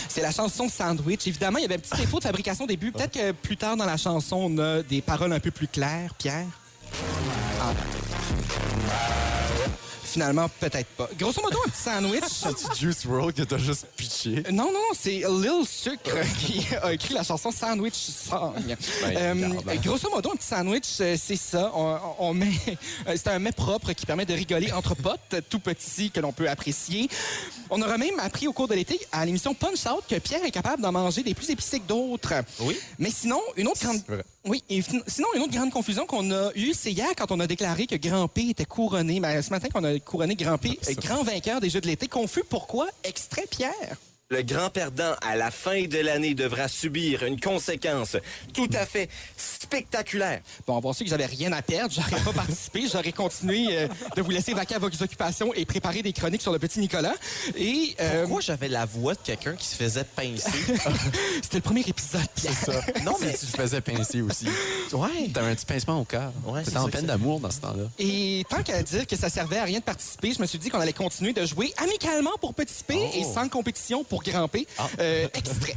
Speaker 3: C'est la chanson Sandwich. Évidemment, il y avait un petit défaut de fabrication au début. Peut-être que plus tard dans la chanson, on a des paroles un peu plus claires, Pierre. Ah. Finalement, peut-être pas. Grosso modo, un petit sandwich.
Speaker 4: Petit juice roll que t'as juste pitché.
Speaker 3: Euh, Non, non, non, c'est Lil Sucre qui a écrit la chanson Sandwich Song. Euh,
Speaker 4: Ben, regarde, hein.
Speaker 3: grosso modo, un petit sandwich, euh, c'est ça. On, on met, euh, c'est un mets propre qui permet de rigoler entre potes, tout petit, que l'on peut apprécier. On aura même appris au cours de l'été à l'émission Punch Out que Pierre est capable d'en manger des plus épicés que d'autres.
Speaker 1: Oui.
Speaker 3: Mais sinon, une autre grande...
Speaker 4: C'est vrai.
Speaker 3: Oui, et fin- sinon, une autre grande confusion qu'on a eue, c'est hier quand on a déclaré que Grand P était couronné. Ben, ce matin qu'on a couronné Grand P, euh, grand vainqueur des Jeux de l'été. Confus, pourquoi? Extrait Pierre.
Speaker 9: Le grand perdant à la fin de l'année devra subir une conséquence tout à fait spectaculaire.
Speaker 3: Bon, on va que j'avais rien à perdre, j'aurais pas participé, j'aurais continué euh, de vous laisser vaquer à vos occupations et préparer des chroniques sur le petit Nicolas. Et euh,
Speaker 1: Pourquoi j'avais la voix de quelqu'un qui se faisait pincer?
Speaker 3: c'était le premier épisode. Pierre.
Speaker 4: Non, mais tu le faisais pincer aussi.
Speaker 1: ouais.
Speaker 4: T'avais un petit pincement au cœur.
Speaker 1: Ouais, c'est
Speaker 4: T'étais en
Speaker 1: ça
Speaker 4: peine
Speaker 1: que
Speaker 4: d'amour dans ce temps-là.
Speaker 3: Et tant qu'à dire que ça servait à rien de participer, je me suis dit qu'on allait continuer de jouer amicalement pour petit P et sans compétition pour grand P. Euh, extrait.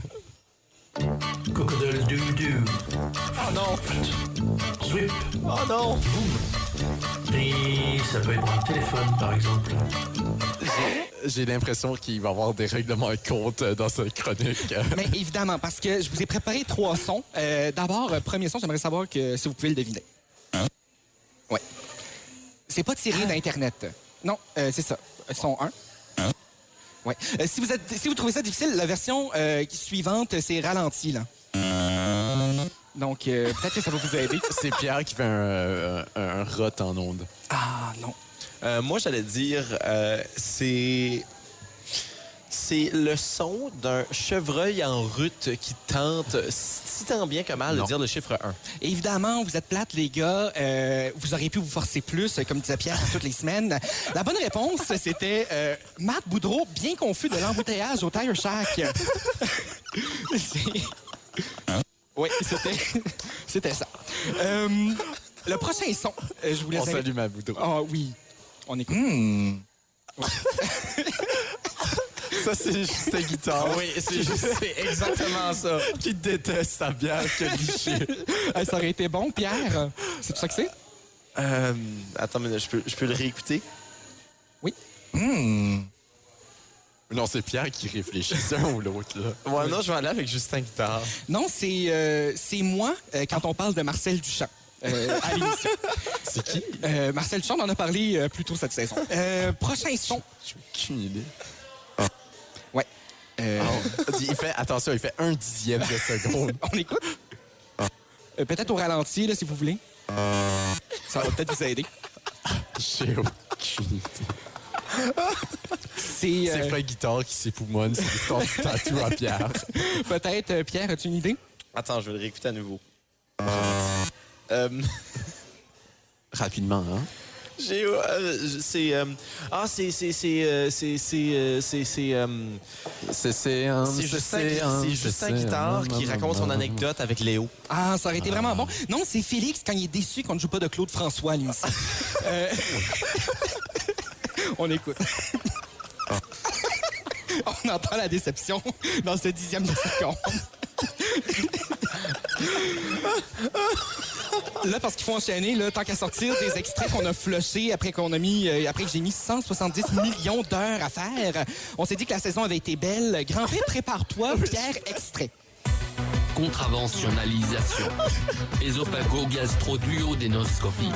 Speaker 7: Cockadel du du. Oh non. Sweep. Oh
Speaker 3: Ah
Speaker 7: non. Et ça peut être un téléphone, par exemple.
Speaker 4: J'ai l'impression qu'il va y avoir des règlements de compte euh, dans cette chronique.
Speaker 3: Mais évidemment, parce que je vous ai préparé trois sons. Euh, D'abord, euh, premier son, j'aimerais savoir que si vous pouvez le deviner. Hein? Ouais. C'est pas tiré d'Internet. Non, euh, c'est ça. Euh, Son 1. Ouais. Euh, si, vous êtes, si vous trouvez ça difficile, la version euh, qui- suivante, euh, c'est ralenti, là. Donc, euh, peut-être que ça va vous aider.
Speaker 4: C'est Pierre qui fait un, euh, un, un rot en onde.
Speaker 3: Ah, non.
Speaker 1: Euh, moi, j'allais dire, euh, c'est. C'est le son d'un chevreuil en route qui tente, si tant bien que mal, de
Speaker 4: Non.
Speaker 1: dire le chiffre 1.
Speaker 3: Évidemment, vous êtes plates, les gars. Euh, vous auriez pu vous forcer plus, euh, comme disait Pierre toutes les semaines. La bonne réponse, c'était euh, Marc Boudreau, bien confus de l'embouteillage au Tire Shack. C'est- oui, c'était, c'était ça. Euh, le prochain son, euh, je vous laisse.
Speaker 4: On salue ma boudreau.
Speaker 3: Ah oui, on écoute.
Speaker 4: Ça, c'est juste ta guitare. oui, c'est exactement ça. Qui déteste sa bière que lichée.
Speaker 3: Ah, ça aurait été bon, Pierre. C'est tout ça que c'est?
Speaker 1: Euh, attends, mais je peux, je peux le réécouter?
Speaker 4: Non, c'est Pierre qui réfléchit, c'est un ou l'autre. là.
Speaker 1: Ouais, non, je vais aller avec Justin Guitare.
Speaker 3: Non, c'est, euh, c'est moi euh, quand on parle de Marcel Duchamp. euh, à l'émission.
Speaker 4: C'est qui?
Speaker 3: Euh, Marcel Duchamp on en a parlé euh, plus tôt cette saison. Euh, prochain son.
Speaker 4: J'ai aucune idée.
Speaker 3: Ouais. Euh,
Speaker 4: Ah. Oh. Il fait, attention, il fait un dixième de seconde.
Speaker 3: On écoute? Euh, peut-être au ralenti, là, si vous voulez. Ça va peut-être vous aider.
Speaker 4: J'ai aucune idée.
Speaker 3: C'est euh,
Speaker 4: C'est pas guitare qui s'époumonne, c'est l'histoire du tatou à Pierre.
Speaker 3: peut-être, euh, Pierre, as-tu une idée?
Speaker 1: Attends, je vais le
Speaker 4: Ah.
Speaker 1: réécouter à nouveau. Euh,
Speaker 4: Rapidement, hein?
Speaker 1: J'ai. euh, je- c'est. euh, ah, c'est. C'est. C'est. euh, C'est. C'est. euh, C'est. C'est. euh,
Speaker 4: C'est c'est un-
Speaker 1: c'est Justin, qui-
Speaker 4: un-
Speaker 1: c'est Justin
Speaker 4: c'est un-
Speaker 1: Guitard qui raconte son anecdote avec Léo.
Speaker 3: Ah, ça aurait été vraiment bon. Non, c'est Félix quand il est déçu qu'on ne joue pas de Claude François à l'émission. Euh, On écoute. On entend la déception dans ce dixième de seconde. Là, parce qu'il faut enchaîner, là, tant qu'à sortir des extraits qu'on a flushés après qu'on a mis, euh, après que j'ai mis 170 millions d'heures à faire, on s'est dit que la saison avait été belle. Grand Prix, prépare-toi, Pierre, extrait.
Speaker 10: Contraventionnalisation. Ésophago-gastro-duodénoscopie.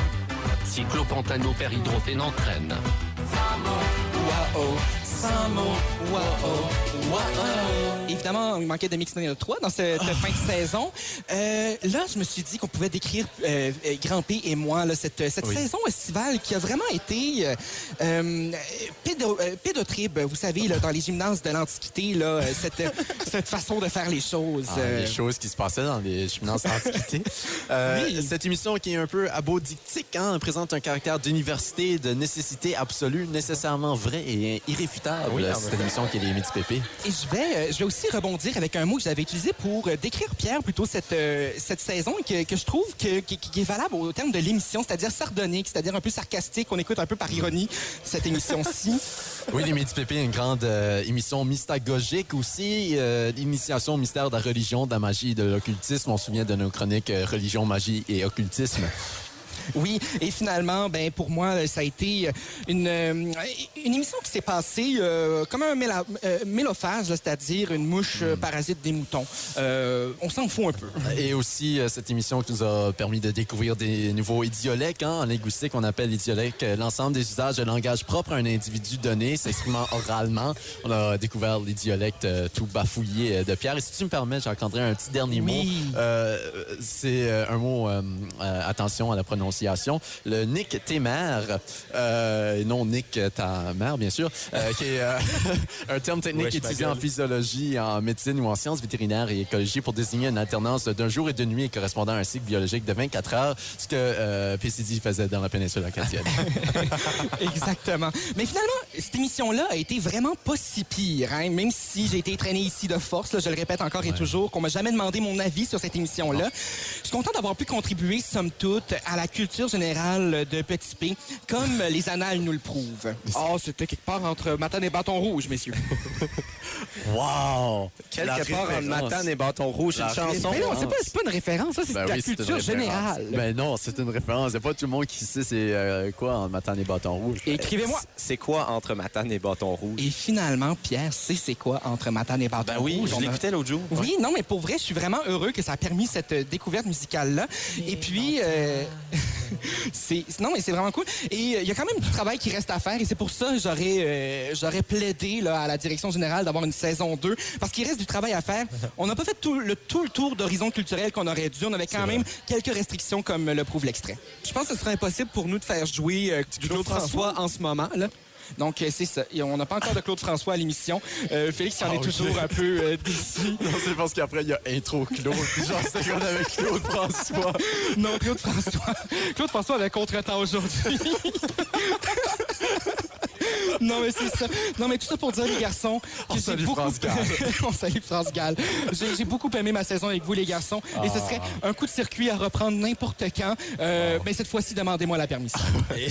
Speaker 10: Cyclopentanoperidrophène entraîne.
Speaker 3: Wow, sans mots, wow, wow. Évidemment, il manquait de Mix 3 dans cette fin de saison. Euh, là, je me suis dit qu'on pouvait décrire euh, euh, Grand P et moi là, cette, cette saison estivale qui a vraiment été euh, euh, pédo- euh, pédotribe, vous savez, là, dans les gymnases de l'Antiquité, là, euh, cette, cette façon de faire les choses.
Speaker 4: Ah,
Speaker 3: euh,
Speaker 4: Les choses qui se passaient dans les finances d'antiquité. Euh,
Speaker 3: Oui.
Speaker 4: Cette émission qui est un peu abodictique, hein, présente un caractère d'université, de nécessité absolue, nécessairement vrai et irréfutable. cette émission qui est les Midi Pépé.
Speaker 3: Et je vais, euh, je vais aussi rebondir avec un mot que j'avais utilisé pour euh, décrire Pierre plutôt cette, euh, cette saison et que, que je trouve que, qui, qui est valable au terme de l'émission, c'est-à-dire sardonique, c'est-à-dire un peu sarcastique. On écoute un peu par ironie cette émission-ci.
Speaker 4: Oui, les Midi Pépé, une grande euh, émission mystagogique aussi. euh, L'initiation au mystère de la religion, de la magie et de l'occultisme. On se souvient de nos chroniques euh, religion, magie et occultisme.
Speaker 3: Oui, et finalement, ben pour moi, ça a été une, euh, une émission qui s'est passée euh, comme un méla- euh, mélophage, là, c'est-à-dire une mouche euh, parasite des moutons. Euh, on s'en fout un peu.
Speaker 4: Et aussi euh, cette émission qui nous a permis de découvrir des nouveaux idiolectes. hein. En linguistique, on appelle idiolecte euh, l'ensemble des usages de langage propre à un individu donné, s'exprimant oralement. On a découvert l'idiolecte euh, tout bafouillé euh, de Pierre. Et si tu me permets, Jacques-André, un petit dernier
Speaker 3: Oui.
Speaker 4: mot. Euh, C'est euh, un mot, euh, euh, attention à la prononciation, le Nick Témère, euh, non Nick euh, ta mère, bien sûr, euh, qui est euh, un terme technique
Speaker 1: Ouais, je
Speaker 4: utilisé en
Speaker 1: m'agueule.
Speaker 4: physiologie, en médecine ou en sciences vétérinaires et écologie pour désigner une alternance d'un jour et de nuit correspondant à un cycle biologique de 24 heures, ce que euh, PCD faisait dans la péninsule acadienne.
Speaker 3: Exactement. Mais finalement, cette émission-là a été vraiment pas si pire, hein? même si j'ai été traîné ici de force, là, je le répète encore et toujours, qu'on m'a jamais demandé mon avis sur cette émission-là. Je suis content d'avoir pu contribuer, somme toute, à la culture générale de Petit P, comme les annales nous le prouvent. Oh, c'était quelque part entre Matane et Bâton Rouge, messieurs.
Speaker 4: wow!
Speaker 9: Quelque part entre Matane et Bâton Rouge, une chanson.
Speaker 3: Mais non, c'est pas, c'est pas une référence, ça, c'est de la culture générale.
Speaker 4: Ben non, c'est une référence. Il pas tout le monde qui sait c'est euh, quoi en matin les bâtons rouges.
Speaker 3: Écrivez-moi.
Speaker 9: C'est quoi entre Matane et Bâton Rouge?
Speaker 3: Et finalement, Pierre, c'est c'est quoi entre Matane et Bâton
Speaker 1: Ben oui,
Speaker 3: Rouge?
Speaker 1: je
Speaker 3: On a-
Speaker 1: l'écoutais l'autre jour.
Speaker 3: Oui, non, mais pour vrai, je suis vraiment heureux que ça a permis cette euh, découverte musicale-là. Et puis, euh, c'est non, mais c'est vraiment cool. Et euh, il y a quand même du travail qui reste à faire. Et c'est pour ça que j'aurais euh, j'aurais plaidé là, à la direction générale d'avoir une saison 2. Parce qu'il reste du travail à faire. On n'a pas fait tout le, tout le tour d'horizon culturel qu'on aurait dû. On avait quand même quelques restrictions, comme le prouve l'extrait.
Speaker 11: Je pense que ce serait impossible pour nous de faire jouer euh, Claude François en ce moment. Là.
Speaker 3: Donc, euh, c'est ça. Et on n'a pas encore de Claude François à l'émission. Euh, Félix, il en
Speaker 4: Ah,
Speaker 3: est
Speaker 4: ok.
Speaker 3: toujours un peu euh, déçu.
Speaker 4: Non, c'est parce qu'après, il y a intro Claude. Puis genre, c'est qu'on avait Claude François.
Speaker 3: Non, Claude François. Claude François avait contre-temps aujourd'hui. Non mais c'est ça. Non mais tout ça pour dire les garçons que
Speaker 4: On
Speaker 3: j'ai
Speaker 4: salue
Speaker 3: beaucoup
Speaker 4: France Gall.
Speaker 3: on salue France Gall. J'ai j'ai beaucoup aimé ma saison avec vous les garçons et ce serait un coup de circuit à reprendre n'importe quand. Euh, Mais cette fois-ci demandez-moi la permission.
Speaker 1: Et,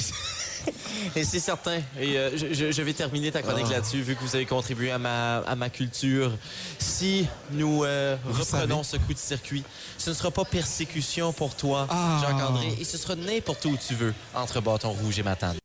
Speaker 1: et c'est certain. Et euh, je, je- je vais terminer ta chronique là-dessus, vu que vous avez contribué à ma, à ma culture. Si nous euh, reprenons ce coup de circuit, ce ne sera pas persécution pour toi,
Speaker 3: Ah.
Speaker 1: Jacques-André, et ce sera n'importe où tu veux, entre bâton rouge et matane.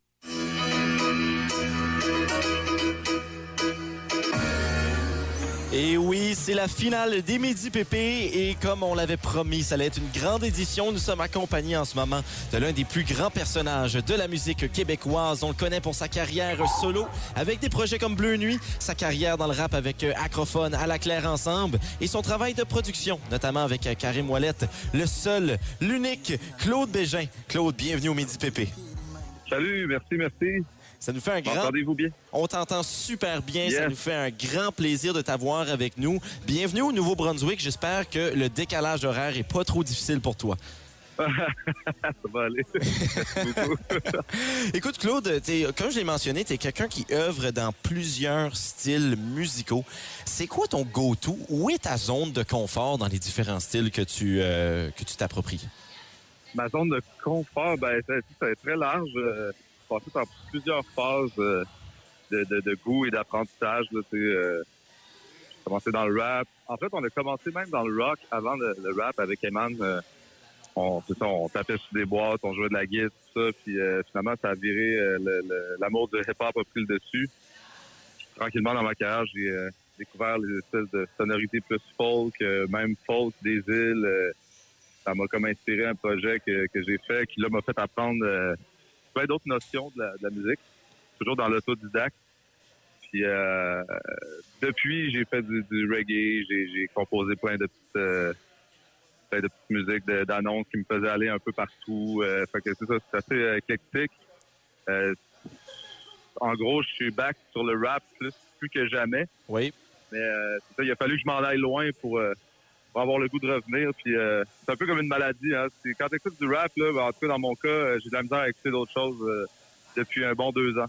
Speaker 1: Et oui, c'est la finale des Midi Pépé et comme on l'avait promis, ça allait être une grande édition. Nous sommes accompagnés en ce moment de l'un des plus grands personnages de la musique québécoise. On le connaît pour sa carrière solo avec des projets comme Bleu Nuit, sa carrière dans le rap avec euh, Acrophone, à la claire ensemble et son travail de production, notamment avec euh, Karim Ouellette, le seul, l'unique Claude Bégin. Claude, bienvenue au Midi Pépé.
Speaker 8: Salut, merci, merci.
Speaker 1: Ça nous fait un grand
Speaker 8: Entendez-vous bien?
Speaker 1: on t'entend super bien. Ça
Speaker 8: Yes.
Speaker 1: nous fait un grand plaisir de t'avoir avec nous. Bienvenue au Nouveau-Brunswick. J'espère que le décalage horaire est pas trop difficile pour toi.
Speaker 10: ça va aller. Merci beaucoup.
Speaker 1: Écoute, Claude, t'es- comme je l'ai mentionné, tu es quelqu'un qui œuvre dans plusieurs styles musicaux. C'est quoi ton go-to? Où est ta zone de confort dans les différents styles que tu euh, que tu t'appropries?
Speaker 10: Ma zone de confort, ben, ça, ça est très large. Euh, je passais par plusieurs phases euh, de, de- de goût et d'apprentissage. là, tu sais, euh, J'ai commencé dans le rap. En fait, on a commencé même dans le rock avant le, le rap avec Eman. euh, on, c'est ça, on tapait sur des boîtes, on jouait de la guitare, tout ça. Puis euh, finalement, ça a viré. euh, le- le- L'amour du hip-hop a pris le dessus. Puis, tranquillement, dans ma carrière, j'ai euh, découvert les espèces de sonorités plus folk, euh, même folk des îles. euh, ça m'a comme inspiré un projet que, que j'ai fait qui là m'a fait apprendre euh, plein d'autres notions de la, de la musique, toujours dans l'autodidacte. Puis euh, depuis, j'ai fait du, du reggae, j'ai j'ai composé plein de petites, euh, plein de petites musiques de- d'annonces qui me faisaient aller un peu partout. Euh, fait que c'est ça, c'est assez euh, éclectique. Euh, en gros, je suis back sur le rap plus, plus que jamais.
Speaker 1: Oui.
Speaker 10: Mais euh, c'est ça, il a fallu que je m'en aille loin pour, euh, pour avoir le goût de revenir. Puis euh, c'est un peu comme une maladie. Hein. C'est- Quand tu écoutes du rap, là, ben, en tout cas dans mon cas, euh, j'ai de la misère à écouter d'autres choses euh, depuis un bon deux ans.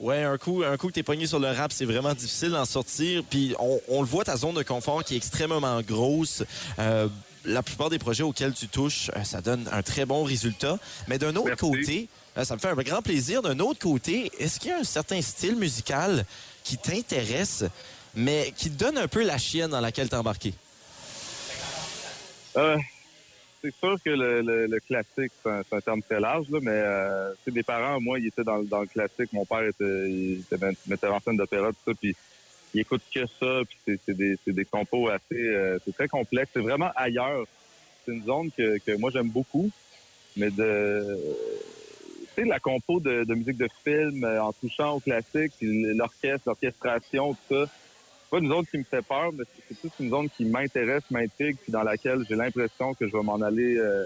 Speaker 1: Ouais, un coup, un coup que t'es pogné sur le rap, c'est vraiment difficile d'en sortir. Puis on, on le voit, ta zone de confort qui est extrêmement grosse. Euh, la plupart des projets auxquels tu touches, euh, ça donne un très bon résultat. Mais d'un autre côté, euh, ça me fait un grand plaisir. D'un autre côté, est-ce qu'il y a un certain style musical qui t'intéresse, mais qui te donne un peu la chienne dans laquelle t'embarquer?
Speaker 10: Euh, c'est sûr que le, le- le classique, c'est un, c'est un terme très large, là, mais euh, tu sais, mes parents, moi, ils étaient dans, le- dans le classique. Mon père était, il était met- metteur en scène d'opéra, tout ça, puis il écoute que ça, puis c'est- c'est des, c'est des compos assez... euh, c'est très complexe, c'est vraiment ailleurs. C'est une zone que, que moi, j'aime beaucoup, mais de... Tu sais, la compo de, de musique de film, euh, en touchant au classique, puis l'orchestre, l'orchestration, tout ça, c'est pas une zone qui me fait peur, mais c'est- c'est plus une zone qui m'intéresse, m'intrigue, puis dans laquelle j'ai l'impression que je vais m'en aller euh,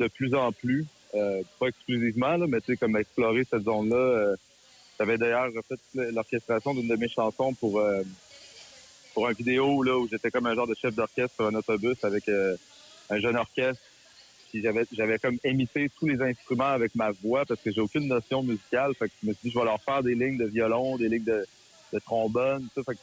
Speaker 10: de plus en plus. Euh, pas exclusivement, là, mais tu sais, comme explorer cette zone-là. euh, J'avais d'ailleurs fait l'orchestration d'une de mes chansons pour, euh, pour un vidéo là, où j'étais comme un genre de chef d'orchestre sur un autobus avec euh, un jeune orchestre. Puis j'avais, j'avais comme émissé tous les instruments avec ma voix parce que j'ai aucune notion musicale. Fait que je me suis dit, je vais leur faire des lignes de violon, des lignes de, de trombone, tout ça. Fait que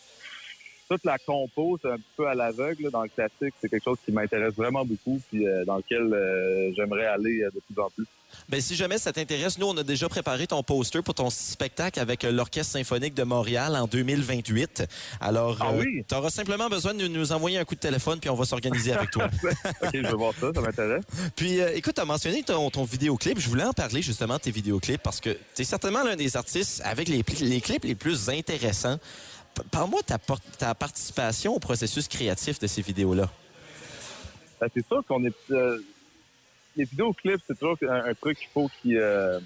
Speaker 10: toute la compo, c'est un petit peu à l'aveugle là, dans le classique. C'est quelque chose qui m'intéresse vraiment beaucoup puis euh, dans lequel euh, j'aimerais aller euh, de plus en plus.
Speaker 1: Ben, si jamais ça t'intéresse, nous, on a déjà préparé ton poster pour ton spectacle avec euh, l'Orchestre symphonique de Montréal en 2028. Alors, euh,
Speaker 10: Ah oui?
Speaker 1: tu auras simplement besoin de nous envoyer un coup de téléphone, puis on va s'organiser avec toi.
Speaker 10: OK, je veux voir ça, ça m'intéresse.
Speaker 1: Puis, euh, écoute, tu as mentionné ton, ton vidéoclip. Je voulais en parler justement de tes vidéoclips parce que tu es certainement l'un des artistes avec les, pli- les clips les plus intéressants. P- Parle-moi de ta, por- ta participation au processus créatif de ces vidéos-là.
Speaker 10: Ben, c'est sûr qu'on est. euh, les vidéoclips, c'est toujours un, un truc qu'il faut qui. euh,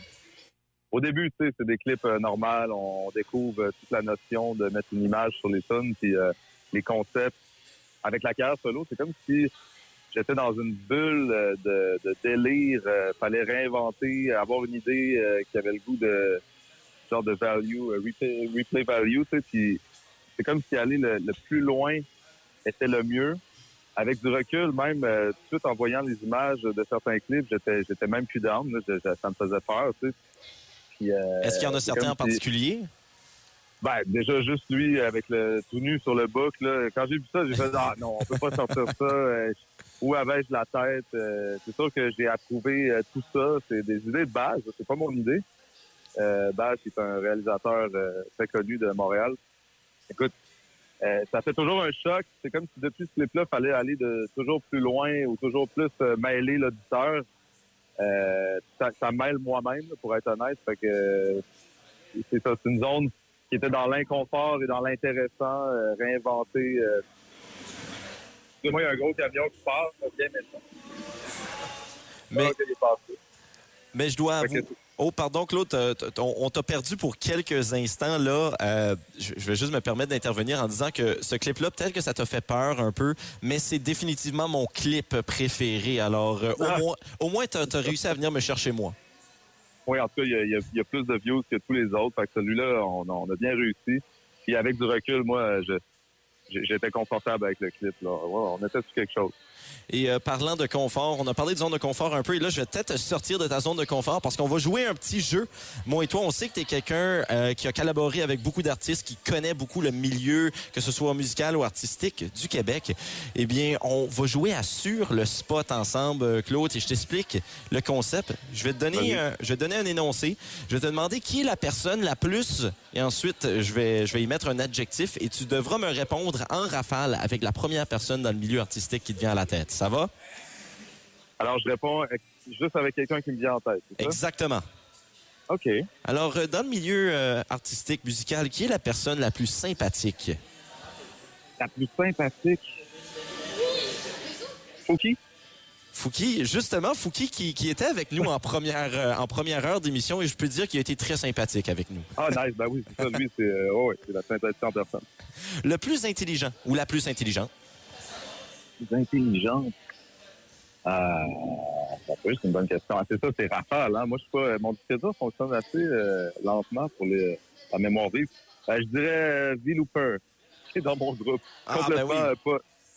Speaker 10: au début, tu sais, c'est des clips euh, normales. On, découvre euh, toute la notion de mettre une image sur les tunes, puis euh, les concepts. Avec la carrière solo, c'est comme si j'étais dans une bulle euh, de, de délire. Euh, fallait réinventer, avoir une idée euh, qui avait le goût de genre de value, euh, replay, replay value, tu sais. Puis c'est comme si aller le- le plus loin était le mieux avec du recul, même euh, tout de suite en voyant les images de certains clips, j'étais, j'étais même plus d'armes. là. Je- je- Ça me faisait peur. tu sais. Puis, euh,
Speaker 1: Est-ce qu'il y en a
Speaker 10: c'est
Speaker 1: certains
Speaker 10: comme Ah,
Speaker 1: en
Speaker 10: si-
Speaker 1: particulier?
Speaker 10: Ben, déjà, juste lui, avec le tout nu sur le bouc, là, quand j'ai vu ça, j'ai fait « Ah non, on peut pas sortir ça. Euh, Où avais-je la tête? Euh, C'est sûr que j'ai approuvé euh, tout ça. C'est des idées de base. C'est pas mon idée. Euh, Baz, qui est un réalisateur euh, très connu de Montréal. Écoute, euh, ça fait toujours un choc. C'est comme si depuis ce clip-là, fallait aller de toujours plus loin ou toujours plus euh, mêler l'auditeur. Euh, ça, ça mêle moi-même, là, pour être honnête. Fait que euh, c'est ça, c'est une zone qui était dans l'inconfort et dans l'intéressant, euh, réinventer. euh. Excusez-moi, il y a un gros camion qui part. Ok, maintenant.
Speaker 1: Mais-
Speaker 10: Ah, ok, il est passé.
Speaker 1: Mais je dois avouer... Oh, pardon, Claude, t'as- t'as- on on t'a perdu pour quelques instants, là. Euh, je je vais juste me permettre d'intervenir en disant que ce clip-là, peut-être que ça t'a fait peur un peu, mais c'est définitivement mon clip préféré. Alors, euh, au moins, au moins t'as t'as réussi à venir me chercher, moi.
Speaker 10: Oui, en tout cas, il y a- il y, a- il y a plus de views que tous les autres. Fait que celui-là, on, on a bien réussi. Puis avec du recul, moi, je- j'ai- j'étais confortable avec le clip. Là. Ouais, on était sur quelque chose.
Speaker 1: Et euh, parlant de confort, on a parlé de zone de confort un peu. Et là, je vais peut-être sortir de ta zone de confort parce qu'on va jouer un petit jeu. Moi et toi, on sait que tu es quelqu'un euh, qui a collaboré avec beaucoup d'artistes, qui connaît beaucoup le milieu, que ce soit musical ou artistique, du Québec. Eh bien, on va jouer à Sur le Spot ensemble, euh, Claude. Et je t'explique le concept. Je vais te donner, un, je vais te donner un énoncé. Je vais te demander qui est la personne la plus. Et ensuite, je vais, je vais y mettre un adjectif et tu devras me répondre en rafale avec la première personne dans le milieu artistique qui te vient à la tête. Ça va?
Speaker 10: Alors, je réponds avec- juste avec quelqu'un qui me vient en tête. c'est ça?
Speaker 1: Exactement.
Speaker 10: OK.
Speaker 1: Alors, euh, dans le milieu euh, artistique, musical, qui est la personne la plus sympathique?
Speaker 10: La plus sympathique? Fouki?
Speaker 1: Fouki, justement, Fouki qui, qui était avec nous en première, euh, en première heure d'émission et je peux dire qu'il a été très sympathique avec nous.
Speaker 10: Ah, nice. Ben oui, c'est ça. Lui, c'est euh, ouais, c'est la sympathie en personne.
Speaker 1: Le plus intelligent ou la plus intelligente?
Speaker 10: Plus intelligente. Euh, ça peut, c'est une bonne question. Ah, c'est ça, c'est rafale. Hein? Moi, je suis pas. Mon discrédit fonctionne assez euh, lentement pour les, la mémoire vive. Euh, je dirais euh, V. Looper, qui est dans mon groupe.
Speaker 1: Ah,
Speaker 10: Complètement
Speaker 1: ben
Speaker 10: euh,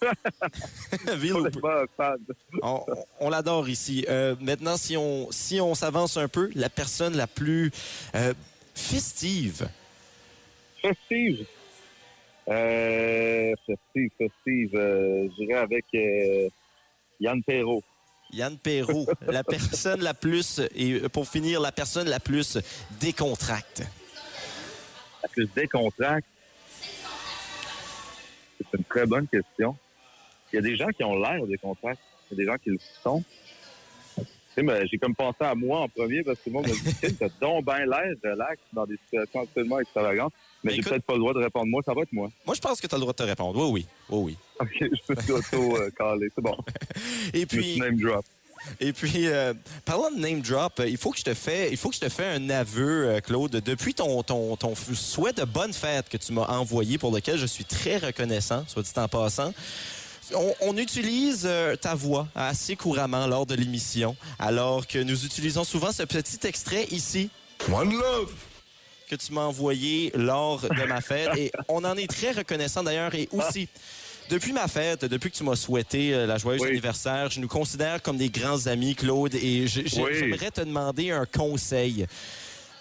Speaker 1: pas. v.
Speaker 10: Complètement euh, fan.
Speaker 1: On, on l'adore ici. Euh, maintenant, si on, si on s'avance un peu, la personne la plus euh, festive.
Speaker 10: Festive. Euh, festive, festive. Euh, je dirais avec euh, Yann Perrault.
Speaker 1: Yann Perrault, la personne la plus, et euh, pour finir, la personne la plus décontracte.
Speaker 10: La plus décontracte. C'est une très bonne question. Il y a des gens qui ont l'air décontractés. Il y a des gens qui le sont. Tu sais, mais J'ai comme pensé à moi en premier parce que moi, je me dis, t'as donc bien l'air relax dans des situations absolument extravagantes. Mais j'ai peut-être pas le droit de répondre moi, ça va être moi.
Speaker 1: Moi, je pense que tu as le droit de te répondre. Oui, oui. Oui,
Speaker 10: oui. OK, je peux t'auto-caler, euh, c'est bon.
Speaker 1: Et puis.
Speaker 10: Name drop.
Speaker 1: Et puis, euh, parlant de name drop, euh, il faut que je te fais, il faut que je te fais un aveu, euh, Claude. Depuis ton, ton, ton f- souhait de bonne fête que tu m'as envoyé, pour lequel je suis très reconnaissant, soit dit en passant, on, on utilise euh, ta voix assez couramment lors de l'émission, alors que nous utilisons souvent ce petit extrait ici. One Love! Que tu m'as envoyé lors de ma fête. Et on en est très reconnaissant d'ailleurs. Et aussi, depuis ma fête, depuis que tu m'as souhaité euh, la joyeuse anniversaire, je nous considère comme des grands amis, Claude. Et je- je-
Speaker 10: Oui.
Speaker 1: j'aimerais te demander un conseil.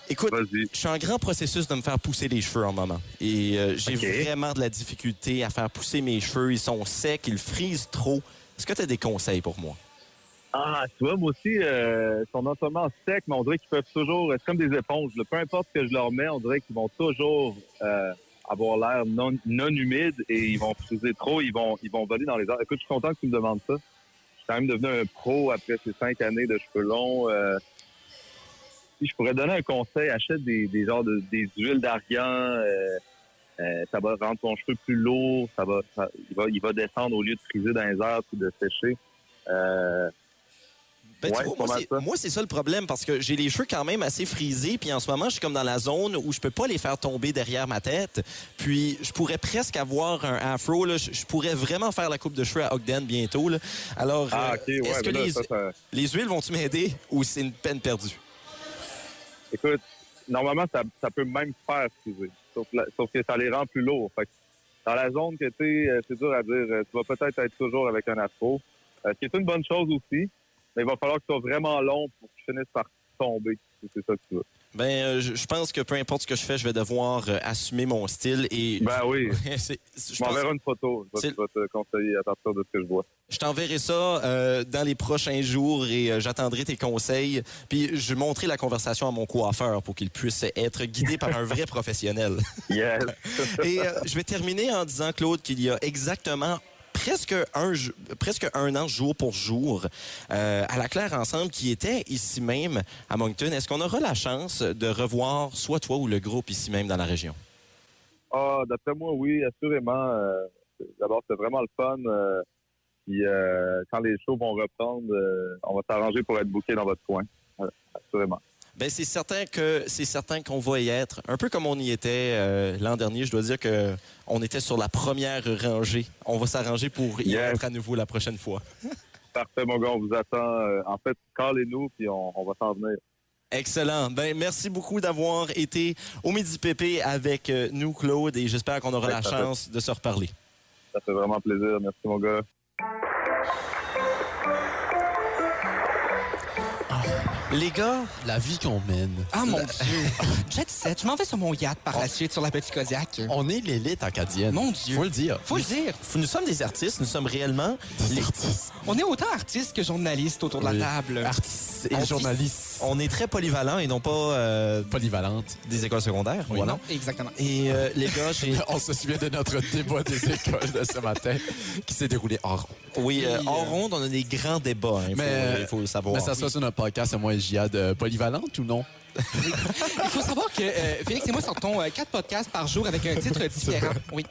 Speaker 1: Écoute, je suis en grand processus de me faire pousser les cheveux en moment. Et euh, j'ai vraiment de la difficulté à faire pousser mes cheveux. Ils sont secs, ils frisent trop. Est-ce que tu as des conseils pour moi?
Speaker 10: Ah, tu vois, moi aussi, euh, ils sont non seulement secs, mais on dirait qu'ils peuvent toujours. euh, C'est comme des éponges. là. Peu importe ce que je leur mets, on dirait qu'ils vont toujours euh, avoir l'air non, non humide et ils vont friser trop, ils vont, ils vont voler dans les airs. Écoute, je suis content que tu me demandes ça. Je suis quand même devenu un pro après ces cinq années de cheveux longs. euh. si je pourrais donner un conseil, achète des, des genres de, des huiles d'argan. euh, euh, ça va rendre ton cheveu plus lourd, ça va, ça- il, va, il va descendre au lieu de friser dans les airs puis de sécher. Euh,
Speaker 1: Ben, tu
Speaker 10: ouais,
Speaker 1: vois,
Speaker 10: c'est pas
Speaker 1: moi,
Speaker 10: mal
Speaker 1: c'est-
Speaker 10: ça.
Speaker 1: moi, c'est ça le problème parce que j'ai les cheveux quand même assez frisés. Puis en ce moment, je suis comme dans la zone où je peux pas les faire tomber derrière ma tête. Puis je pourrais presque avoir un afro. là. Je je pourrais vraiment faire la coupe de cheveux à Ogden bientôt. là. Alors,
Speaker 10: Ah,
Speaker 1: euh,
Speaker 10: ok, ouais,
Speaker 1: est-ce que
Speaker 10: mais là,
Speaker 1: les,
Speaker 10: ça, ça-
Speaker 1: les huiles vont-tu m'aider ou c'est une peine perdue?
Speaker 10: Écoute, normalement, ça, ça peut même faire friser. Sauf, la- sauf que ça les rend plus lourds. Fait que dans la zone que tu c'est dur à dire. Euh, Tu vas peut-être être toujours avec un afro. Euh, ce qui est une bonne chose aussi, mais il va falloir que tu sois vraiment long pour que tu finisses par tomber. si C'est ça que tu veux.
Speaker 1: Ben, euh, je je pense que peu importe ce que je fais, je vais devoir euh, assumer mon style et.
Speaker 10: Ben oui.
Speaker 1: C'est-
Speaker 10: Je,
Speaker 1: pense-
Speaker 10: m'enverrai une photo. Je vais, je vais te conseiller à partir de ce que je vois.
Speaker 1: Je t'enverrai ça euh, dans les prochains jours et euh, j'attendrai tes conseils. Puis je montrerai la conversation à mon coiffeur pour qu'il puisse être guidé par un vrai professionnel.
Speaker 10: Yes.
Speaker 1: et euh, je vais terminer en disant, Claude, qu'il y a exactement presque un, ju- presque un an jour pour jour euh, à la Claire Ensemble qui était ici même à Moncton. Est-ce qu'on aura la chance de revoir soit toi ou le groupe ici même dans la région?
Speaker 10: Ah, d'après moi, oui, assurément. Euh, D'abord, c'est vraiment le fun. euh, puis euh, quand les shows vont reprendre, euh, on va s'arranger pour être booké dans votre coin. Voilà, assurément.
Speaker 1: Ben c'est certain que c'est certain qu'on va y être. Un peu comme on y était euh, l'an dernier, je dois dire que on était sur la première rangée. On va s'arranger pour y être à nouveau la prochaine fois.
Speaker 10: Parfait, mon gars, on vous attend. Euh, en fait, callez-nous, puis on, on va s'en venir.
Speaker 1: Excellent. Ben merci beaucoup d'avoir été au Midi Pépé avec euh, nous, Claude, et j'espère qu'on aura
Speaker 10: Ouais,
Speaker 1: la
Speaker 10: ça fait-
Speaker 1: chance de se reparler.
Speaker 10: Ça fait vraiment plaisir. Merci, mon gars.
Speaker 4: Les gars, la vie qu'on mène.
Speaker 3: Ah mon Dieu! Jet set, je m'en vais sur mon yacht par la suite sur la petite Kodiak.
Speaker 4: On est l'élite acadienne.
Speaker 3: Mon Dieu!
Speaker 4: Faut le dire.
Speaker 3: Faut le dire!
Speaker 1: Nous sommes des artistes, nous sommes réellement les
Speaker 3: On est autant artistes que journalistes autour de la
Speaker 1: Oui.
Speaker 3: table.
Speaker 4: artistes et
Speaker 1: Artistes.
Speaker 4: journalistes.
Speaker 1: On est très polyvalents et non pas euh,
Speaker 4: Polyvalente.
Speaker 1: des écoles secondaires.
Speaker 4: Oui,
Speaker 1: voilà.
Speaker 3: Non, exactement.
Speaker 1: Et euh, les gars, j'ai.
Speaker 4: On se souvient de notre débat des écoles de ce matin qui s'est déroulé hors.
Speaker 1: Oui, euh,
Speaker 3: Et, euh,
Speaker 1: en ronde, on a des grands débats. hein, faut-
Speaker 4: Mais-
Speaker 1: il faut le savoir.
Speaker 4: Mais ça soit sur notre podcast, c'est moi et Jihad euh, polyvalente ou non?
Speaker 3: Il faut savoir que euh, Félix et moi sortons euh, quatre podcasts par jour avec un titre différent. Oui.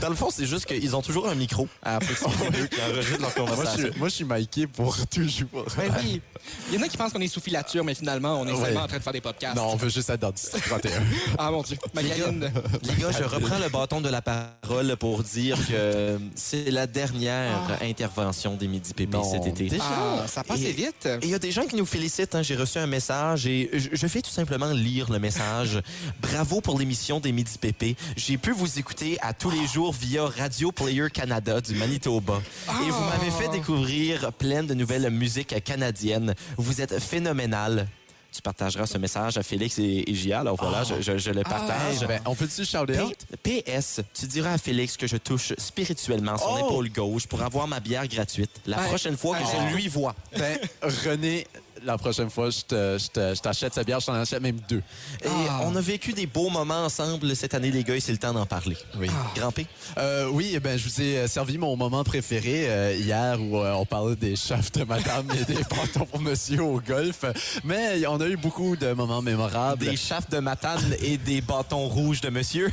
Speaker 1: Dans le fond, c'est juste qu'ils ont toujours un micro à proximité d'eux qui enregistre leur
Speaker 4: Moi, je
Speaker 1: conversation.
Speaker 4: suis, moi, je suis Mikey pour toujours.
Speaker 3: Ben oui. Il y en a qui pensent qu'on est sous filature, mais finalement, on est
Speaker 4: Ouais.
Speaker 3: seulement en train de faire des podcasts.
Speaker 4: Non, on veut juste être dans 31.
Speaker 3: Ah mon Dieu. Magaline.
Speaker 1: Les gars, je reprends le bâton de la parole pour dire que c'est la dernière intervention des Midi Pépé
Speaker 4: Non.
Speaker 1: cet été.
Speaker 4: Déjà?
Speaker 3: Ah, ça passe
Speaker 1: Et-
Speaker 3: vite.
Speaker 1: Et il y a des gens qui nous félicitent. hein. J'ai reçu un message et je, je fais tout simplement lire le message. Bravo pour l'émission des Midi Pépé. J'ai pu vous écouter à tous les jours via Radio Player Canada du Manitoba. Et vous
Speaker 4: Ah!
Speaker 1: m'avez fait découvrir plein de nouvelles musiques canadiennes. Vous êtes phénoménal. Tu partageras ce message à Félix et, et Gia. Alors voilà, je, je- je le partage.
Speaker 4: Hey, ben, on peut-tu shouter out?
Speaker 1: P- PS, tu diras à Félix que je touche spirituellement son
Speaker 4: Oh!
Speaker 1: épaule gauche pour avoir ma bière gratuite la
Speaker 3: Hey.
Speaker 1: prochaine fois que
Speaker 3: Hey.
Speaker 1: je lui vois.
Speaker 4: Ben, René, la prochaine fois, je te- je te- je t'achète sa bière, je t'en achète même deux.
Speaker 1: Et
Speaker 3: Ah.
Speaker 1: on a vécu des beaux moments ensemble cette année, les gars, et c'est le temps d'en parler.
Speaker 4: Oui.
Speaker 3: Ah.
Speaker 1: Grand P,
Speaker 4: Euh, oui, eh ben, je vous ai euh, servi mon moment préféré euh, hier où euh, on parlait des chefs de madame et des bâtons pour monsieur au golf. Mais on a eu beaucoup de moments mémorables.
Speaker 1: des chafes de matane et des bâtons rouges de monsieur.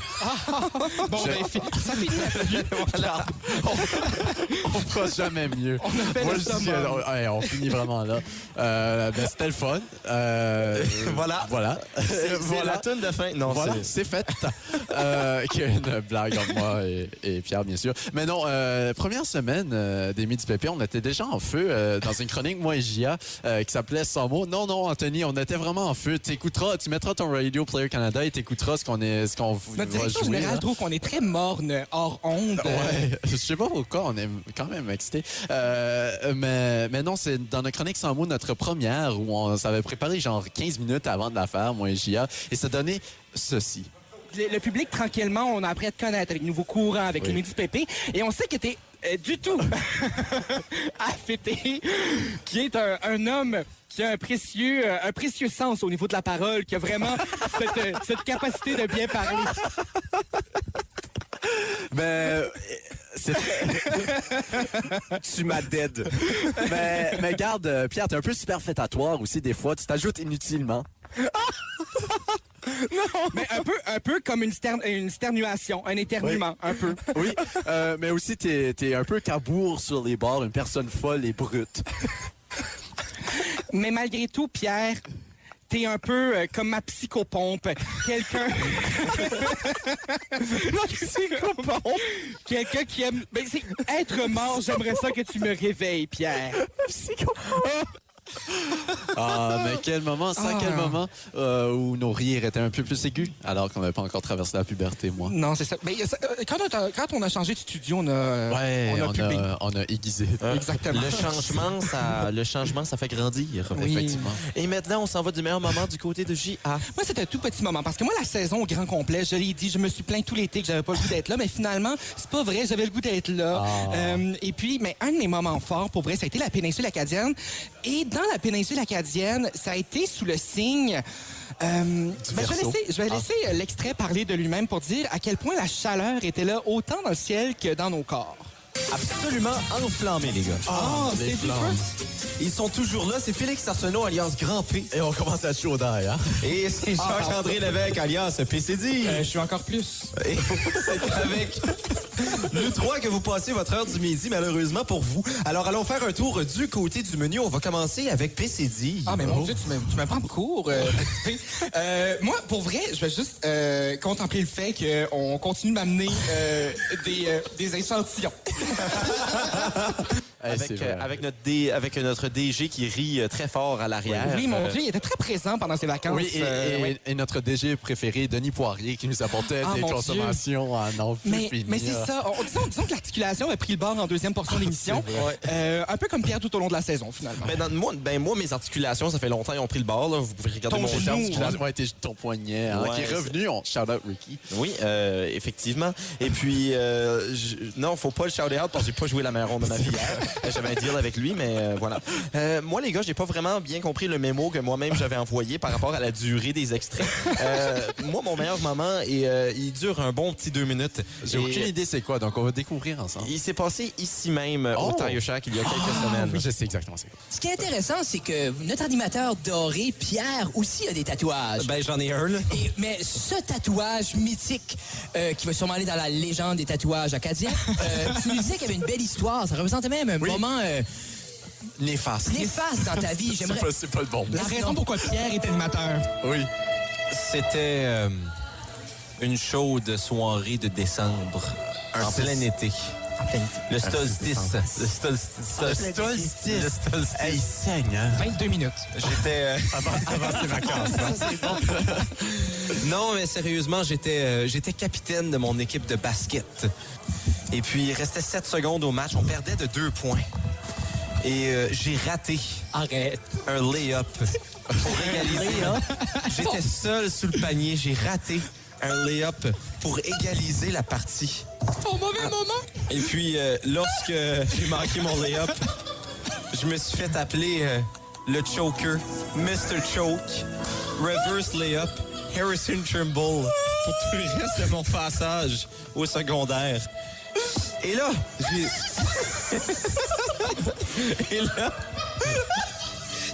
Speaker 3: Bon,
Speaker 4: Je-
Speaker 3: ben, fi- ça finit là-dessus.
Speaker 4: Voilà. on, on fera jamais mieux. On
Speaker 3: fait le summum.
Speaker 4: on, ouais, on finit vraiment là. Euh, ben, C'était le fun. Euh,
Speaker 1: Voilà.
Speaker 4: Voilà.
Speaker 1: C'est
Speaker 4: Voilà.
Speaker 1: la toune de fin. Non,
Speaker 4: voilà,
Speaker 1: c'est-
Speaker 4: c'est fait. Euh, qu'il y a une blague entre moi et, et Pierre, bien sûr. Mais non, euh, première semaine euh, des Midi Pépé, on était déjà en feu euh, dans une chronique, moi et Gia, euh, qui s'appelait Sans mots. Non, non, Anthony, on était vraiment en feu. T'écouteras, tu mettras ton Radio Player Canada et t'écouteras ce qu'on est, ce qu'on v- va
Speaker 3: Notre direction
Speaker 4: jouer,
Speaker 3: générale
Speaker 4: là.
Speaker 3: trouve qu'on est très morne, hors onde.
Speaker 4: hein. Ouais, je sais pas pourquoi on est quand même excité. Euh, mais, mais non, c'est dans notre chronique sans mots, notre première, où on s'avait préparé genre 15 minutes avant de la faire, moi et Gia, et ça donnait ceci.
Speaker 3: Le, le public, tranquillement, on a appris à te connaître avec les nouveaux courants, avec
Speaker 4: Oui.
Speaker 3: les midi pépé. Et on sait que t'es euh, du tout affecté, qui est un, un homme qui a un précieux, euh, un précieux sens au niveau de la parole, qui a vraiment cette, euh, cette capacité de bien parler.
Speaker 4: Ben, euh, c'est
Speaker 9: Tu m'as dead.
Speaker 4: mais, mais garde, euh, Pierre, t'es un peu superfétatoire aussi des fois. Tu t'ajoutes inutilement.
Speaker 3: Mais un peu, un peu comme une, stern- une sternuation, un éternuement, un peu.
Speaker 4: Oui, euh, mais aussi t'es t'es un peu cabourg sur les bords, une personne folle et brute.
Speaker 3: Mais malgré tout, Pierre, t'es un peu euh, comme ma psychopompe. Quelqu'un. Ma psychopompe! Quelqu'un qui aime. Ben, c'est être mort, j'aimerais ça que tu me réveilles, Pierre.
Speaker 4: Ah, mais quel moment, ça,
Speaker 3: Ah.
Speaker 4: quel moment euh, où nos rires étaient un peu plus aigus, alors qu'on n'avait pas encore traversé la puberté, moi.
Speaker 3: Non, c'est ça. Mais euh, ça, euh, quand, on a, quand on a changé de studio, on a. euh,
Speaker 4: Ouais,
Speaker 3: on a publié.
Speaker 4: on a Ah. aiguisé.
Speaker 3: Exactement.
Speaker 1: Le changement, ça, le changement, ça fait grandir.
Speaker 3: Oui.
Speaker 1: Effectivement. Et maintenant, on s'en va du meilleur moment du côté de
Speaker 4: Ah.
Speaker 1: J.A.
Speaker 3: Moi, c'était un tout petit moment parce que moi, la saison au grand complet, je l'ai dit, je me suis plaint tout l'été que j'avais pas le goût d'être là, mais finalement, c'est pas vrai, j'avais le goût d'être là.
Speaker 4: Ah.
Speaker 3: Euh, et puis, mais un de mes moments forts, pour vrai, ça a été la péninsule acadienne. Et dans la péninsule acadienne, ça a été sous le signe. euh, ben, je vais
Speaker 4: verso.
Speaker 3: laisser, je vais
Speaker 4: Ah.
Speaker 3: laisser euh, l'extrait parler de lui-même pour dire à quel point la chaleur était là autant dans le ciel que dans nos corps.
Speaker 1: Absolument enflammés, Ah, les gars.
Speaker 3: Oh,
Speaker 4: les
Speaker 3: c'est du feu.
Speaker 4: flammes.
Speaker 1: Ils sont toujours là. C'est Félix Arsenault, alliance Grand P.
Speaker 4: Et on commence à chaud d'air, hein?
Speaker 1: Et c'est Jacques-André Lévesque, alliance PCD.
Speaker 3: Euh, je suis encore plus.
Speaker 1: Et c'est avec le 3 que vous passez votre heure du midi, malheureusement pour vous. Alors, allons faire un tour du côté du menu. On va commencer avec PCD.
Speaker 3: Ah, mais mon Dieu, tu me, tu me prends de court. euh, petit P. Euh, moi, pour vrai, je vais juste euh, contempler le fait euh, qu'on continue de m'amener euh, des, euh, des échantillons.
Speaker 1: avec, euh, avec, notre D- avec notre DG qui rit euh, très fort à l'arrière.
Speaker 3: Oui, mon
Speaker 1: Euh,
Speaker 3: Dieu, il était très présent pendant ses vacances.
Speaker 4: Ah, Oui, et,
Speaker 3: euh,
Speaker 4: et-
Speaker 3: ouais.
Speaker 4: et notre DG préféré, Denis Poirier, qui nous apportait
Speaker 3: Ah,
Speaker 4: des
Speaker 3: mon Dieu.
Speaker 4: consommations à non plus
Speaker 3: Mais,
Speaker 4: finir.
Speaker 3: mais c'est ça. On- disons, disons que l'articulation a pris le bord en deuxième portion
Speaker 4: Ah,
Speaker 3: de l'émission.
Speaker 1: vrai.
Speaker 3: Euh, un peu comme Pierre tout au long de la saison, finalement.
Speaker 1: Ben, dans- moi, ben, moi, mes articulations, ça fait longtemps qu'ils ont pris le bord. là. Vous pouvez regarder
Speaker 4: Ton
Speaker 1: mon
Speaker 4: genou,
Speaker 1: articulation.
Speaker 4: hein. Ouais, t'es- ton poignet, hein,
Speaker 1: Ouais,
Speaker 4: qui est
Speaker 1: c'est-
Speaker 4: revenu. On... Shout out Ricky.
Speaker 1: Oui, euh, effectivement. Et puis, euh, je- non, faut pas le shout out parce que j'ai pas joué la meilleure ronde de ma vie hier. Euh, J'avais un deal avec lui, mais euh, voilà. Euh, moi, les gars, j'ai pas vraiment bien compris le mémo que moi-même j'avais envoyé par rapport à la durée des extraits. Euh, moi, mon meilleur moment, et, euh, il dure un bon petit deux minutes.
Speaker 4: J'ai
Speaker 1: Et
Speaker 4: aucune idée c'est quoi, donc on va découvrir ensemble.
Speaker 1: Il s'est passé ici même euh,
Speaker 4: Oh! Ah,
Speaker 1: au Tire Shack il y a quelques semaines.
Speaker 4: Oui, je sais exactement c'est quoi.
Speaker 12: Ce qui est intéressant, c'est que notre animateur doré, Pierre, aussi a des tatouages.
Speaker 1: Ben, j'en ai un, là.
Speaker 12: Et- mais ce tatouage mythique, euh, qui va sûrement aller dans la légende des tatouages acadiens, euh, tu nous disais qu'il y avait une belle histoire. Ça représentait même un moment euh,
Speaker 4: Néfaste.
Speaker 12: néfaste dans ta vie. J'aimerais...
Speaker 4: C'est pas, c'est pas le bon mot.
Speaker 12: La raison
Speaker 3: pourquoi Pierre est animateur.
Speaker 4: Oui.
Speaker 1: C'était euh, une chaude soirée de décembre, en plein été. Ah, Le solstice. Le solstice.
Speaker 4: Ah,
Speaker 1: Le
Speaker 4: le solstice.
Speaker 1: solstice. Le solstice.
Speaker 4: Hey, saigne, hein?
Speaker 3: 22 minutes.
Speaker 1: J'étais. euh,
Speaker 4: Avant ses vacances. hein.
Speaker 1: non, mais sérieusement, j'étais euh, j'étais capitaine de mon équipe de basket. Et puis, il restait 7 secondes au match. On perdait de 2 points. Et euh, j'ai raté
Speaker 12: Arrête.
Speaker 1: un lay-up pour égaliser. J'étais seul sous le panier. J'ai raté un lay-up pour égaliser la partie.
Speaker 3: Au mauvais moment.
Speaker 1: Et puis, euh, lorsque j'ai manqué mon layup, je me suis fait appeler euh, le choker, Mr. Choke, reverse layup, Harrison Trimble pour tout le reste de mon passage au secondaire. Et là, j'ai... Et là,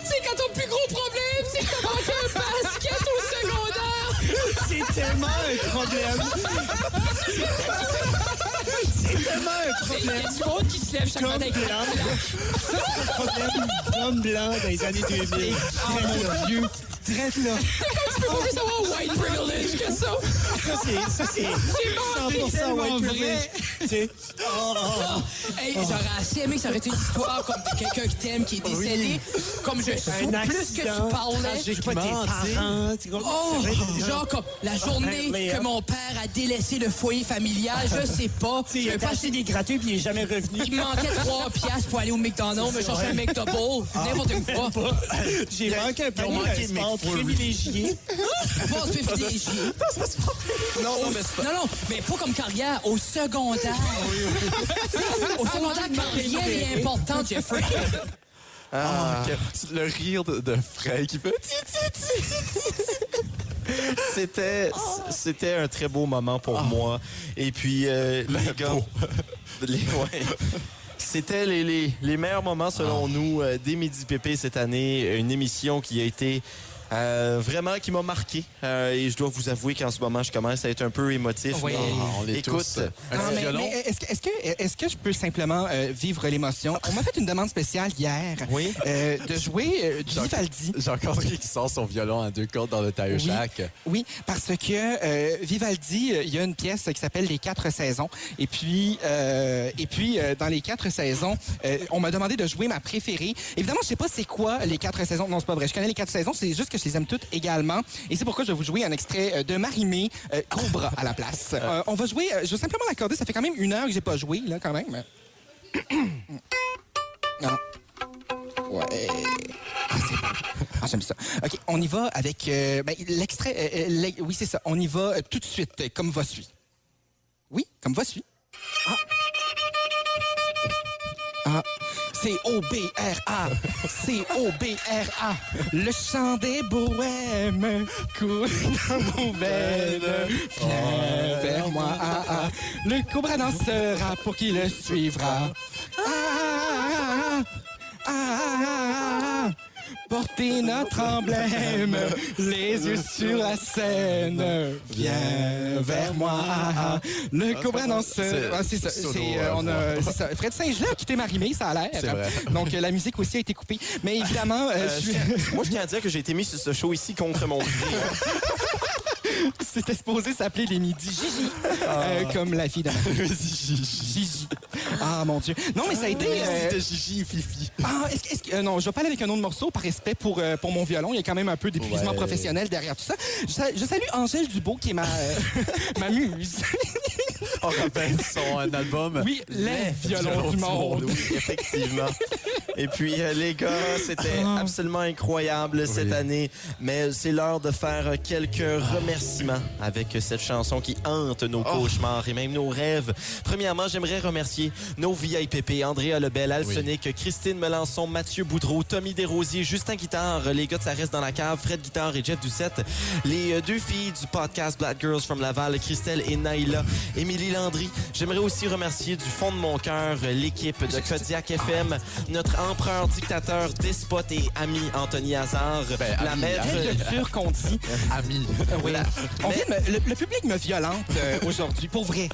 Speaker 12: C'est quand ton plus gros problème, c'est que t'as manqué un basket au secondaire!
Speaker 3: C'est tellement un problème! C'est tellement un problème!
Speaker 12: Il y a du monde qui se lève chaque
Speaker 3: Comme
Speaker 12: matin avec
Speaker 3: Blanc. Ça, c'est le problème d'homme blanc dans les années 2000.
Speaker 13: Ah,
Speaker 3: Traite-le, vieux. Traite-le.
Speaker 12: Tu peux pas plus avoir white privilege que ça!
Speaker 3: Ça, c'est- ça, c'est
Speaker 12: manqué
Speaker 3: 100%
Speaker 12: tellement
Speaker 3: white
Speaker 12: vrai.
Speaker 3: privilege. Tu sais,
Speaker 12: Ah. Hey, j'aurais assez aimé que ça aurait été une histoire comme de quelqu'un qui t'aime, qui est décédé. Comme je suis
Speaker 3: Un
Speaker 12: plus que
Speaker 3: accident,
Speaker 12: tu parlais.
Speaker 3: tragiquement,
Speaker 13: Oh,
Speaker 3: tes parents, tu comprends?
Speaker 12: Oh,
Speaker 3: C'est vrai, des gens-
Speaker 12: genre comme la journée
Speaker 3: mais,
Speaker 12: que
Speaker 3: euh,
Speaker 12: mon père a délaissé le foyer familial, je sais pas.
Speaker 13: Il a
Speaker 12: Je sais pas,
Speaker 13: acheté des gratuits puis il est jamais revenu.
Speaker 12: Il me manquait 3 piastres pour aller au McDonald's, me chercher un McDouble, n'importe quoi.
Speaker 13: J'ai manqué un peu de sport privilégié.
Speaker 12: Pas privilégié.
Speaker 1: non, non, mais c'est pas-
Speaker 12: Non, non, mais pas comme carrière, au secondaire. Au secondaire, quand rien n'est important, Jeffrey.
Speaker 4: Ah, que- le rire de, de Frey qui fait...
Speaker 1: c'était
Speaker 4: Ah.
Speaker 1: c'était un très beau moment pour moi et puis euh, les gars les- ouais. C'était les, les- les meilleurs moments selon
Speaker 4: Ah.
Speaker 1: nous euh, des Midi Pépé cette année, une émission qui a été euh, vraiment qui m'a marqué Euh, et je dois vous avouer qu'en ce moment je commence à être un peu émotif
Speaker 3: Oui.
Speaker 1: mais
Speaker 4: Ah, on l'est
Speaker 1: écoute euh,
Speaker 4: tous. Un petit
Speaker 3: Non, Ah, mais-
Speaker 4: violon.
Speaker 3: mais est-ce que, est-ce que- est-ce que je peux simplement euh, vivre l'émotion? On m'a fait une demande spéciale hier
Speaker 1: Oui.
Speaker 3: euh, de jouer euh, du Vivaldi.
Speaker 4: J'ai encore qui sort son violon à deux cordes dans le tire
Speaker 3: Oui.
Speaker 4: shack.
Speaker 3: Oui, parce que euh, Vivaldi, euh, il y a une pièce qui s'appelle Les Quatre Saisons. Et puis, euh, et puis euh, dans Les Quatre Saisons, euh, on m'a demandé de jouer ma préférée. Évidemment, je sais pas c'est quoi Les Quatre Saisons. Non, c'est pas vrai. Je connais Les Quatre Saisons, c'est juste que je les aime toutes également. Et c'est pourquoi je vais vous jouer un extrait euh, de Marimé, euh, Cobra à la place. Euh, on va jouer, euh, je vais simplement l'accorder, ça fait quand même une heure que j'ai pas joué, là, quand même. Ah. Ouais. Ah, c'est- ah, j'aime ça. OK, on y va avec euh, ben, l'extrait. euh, euh, l'e- oui, c'est ça. On y va euh, tout de suite, euh, comme va suit. Oui, comme va suit. Ah. Ah. C-O-B-R-A. C-O-B-R-A. Le chant des bohèmes coule dans nos veines. Viens vers moi. Ah, ah. Le cobra dansera pour qui le suivra. Ah, ah, ah, ah, ah. Portez notre emblème, les yeux sur la scène. Viens vers moi. Ah, ah. Le cobra
Speaker 4: C'est-
Speaker 3: dansera. Ah, c'est ça.
Speaker 4: solo,
Speaker 3: c'est, euh,
Speaker 4: euh,
Speaker 3: on a- c'est ça. Fred Saint-Gelais a quitté Marimé, ça a
Speaker 4: C'est
Speaker 3: l'air.
Speaker 4: vrai.
Speaker 3: Donc euh, la musique aussi a été coupée. Mais évidemment, euh,
Speaker 1: Euh,
Speaker 3: je
Speaker 1: je
Speaker 3: suis-
Speaker 1: tiens- moi je tiens à dire que j'ai été mis sur ce show ici contre mon gré
Speaker 4: Ah.
Speaker 3: c'était supposé s'appeler les midis Gigi, Euh, comme la fille de Marimé. Gigi. Ah, mon Dieu. Non, mais ça a été... euh,
Speaker 4: C'était Gigi et Fifi.
Speaker 3: Ah, est-ce que- est-ce que- euh, non, je vais pas aller avec un autre morceau par respect pour, euh, pour mon violon. Il y a quand même un peu d'épuisement
Speaker 4: Ouais.
Speaker 3: professionnel derrière tout ça. Je, sa- je salue Angèle Dubo qui est ma, euh, ma muse.
Speaker 4: On rappelle son euh, album.
Speaker 3: Oui, Les violons du monde.
Speaker 1: Oui, effectivement. Et puis, euh, les gars, c'était absolument incroyable cette année. Mais euh, c'est l'heure de faire euh, quelques remerciements avec euh, cette chanson qui hante nos cauchemars et même nos rêves. Premièrement, j'aimerais remercier nos VIPP, Andrea Lebel, Alsonic, Christine Melançon, Mathieu Boudreau, Tommy Desrosiers, Justin Guitare, les gars de Ça reste dans la cave, Fred Guitare et Jeff Doucette, les euh, deux filles du podcast Black Girls from Laval, Christelle et Naïla, Émilie Landry. J'aimerais aussi remercier du fond de mon cœur euh, l'équipe de Kodiak FM, notre empereur, dictateur, despote et ami Anthony Hazard, la
Speaker 4: ami,
Speaker 1: maître...
Speaker 4: ami.
Speaker 3: Quel dur qu'on dit. Euh,
Speaker 4: Ami.
Speaker 3: Oui. On vient de me- le, le public me violente euh, aujourd'hui, pour vrai.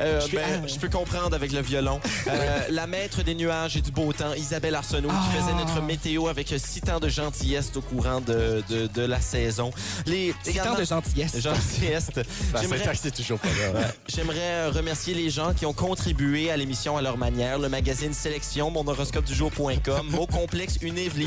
Speaker 1: Euh,
Speaker 3: Je suis-
Speaker 1: ben,
Speaker 3: ah.
Speaker 1: je peux comprendre avec le violon. Euh, la maître des nuages et du beau temps, Isabelle Arsenault, qui faisait
Speaker 3: Ah.
Speaker 1: notre météo avec six temps de gentillesse au courant de, de- de la saison. Les,
Speaker 3: Six temps de gentillesse.
Speaker 1: Gentillesse.
Speaker 4: La
Speaker 1: J'aimerais-
Speaker 4: syntaxe est toujours pas là.
Speaker 1: Ouais. J'aimerais euh, remercier les gens qui ont contribué à l'émission à leur manière. Le magazine Sélection, mon horoscope du jour.com, mot complexe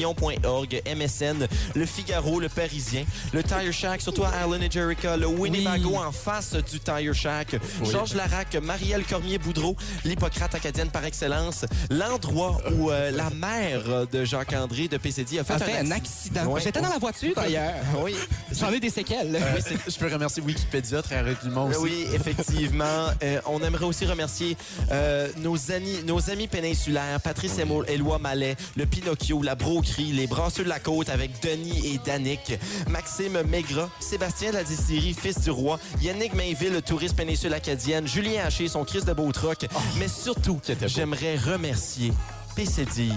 Speaker 1: univelion.org, MSN, Le Figaro, Le Parisien, Le Tire Shack, surtout à Allen et Jericho, le Winnebago en face du Tire Shack, Georges Larac, Marielle Cormier-Boudreau, l'Hippocrate acadienne par excellence, l'endroit où euh, la mère de Jacques-André de PCD a fait,
Speaker 3: Ça fait un accident.
Speaker 1: Ouais.
Speaker 3: J'étais dans la voiture, d'ailleurs.
Speaker 1: Oui.
Speaker 3: J'en ai des séquelles.
Speaker 4: Euh, je peux remercier Wikipédia très rapidement aussi.
Speaker 1: Ben Oui, effectivement. Euh, on aimerait aussi remercier euh, nos, amis, nos amis péninsulaires, Patrice Eloi Éloi Mallet, le Pinocchio, la Broquerie, les Brasseux de la Côte avec Denis et Danick, Maxime Maigrat, Sébastien de la Distillerie, fils du roi, Yannick Mainville, le touriste péninsule acadienne, Julien Haché, son Christ de Beautroc. Mais surtout, j'aimerais remercier PCD.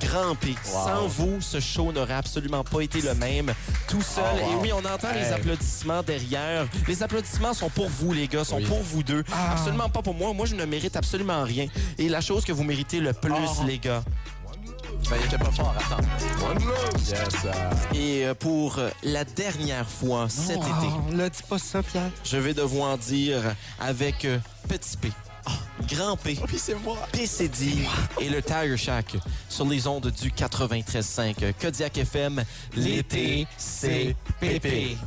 Speaker 1: Grand P. Sans vous, ce show n'aurait absolument pas été le même. Tout seul.
Speaker 4: Oh, wow.
Speaker 1: Et oui, on entend les
Speaker 4: Hey.
Speaker 1: applaudissements derrière. Les applaudissements sont pour vous, les gars, sont
Speaker 4: Oui. Ah.
Speaker 1: pour vous deux. Absolument pas pour moi. Moi, je ne mérite absolument rien. Et la chose que vous méritez le plus,
Speaker 4: Oh.
Speaker 1: les gars,
Speaker 4: Ben, il était pas fort, attends. Yes, euh,
Speaker 1: et euh, pour euh, la dernière fois cet été,
Speaker 3: Oh, là, dis pas ça, Pierre.
Speaker 1: je vais devoir dire avec euh, petit P.
Speaker 4: Ah.
Speaker 1: Grand P,
Speaker 4: Puis c'est moi.
Speaker 1: PCD et le Tire Shack sur les ondes du 93.5 Kodiak FM. L'été, c'est
Speaker 3: Pépé.
Speaker 1: pépé.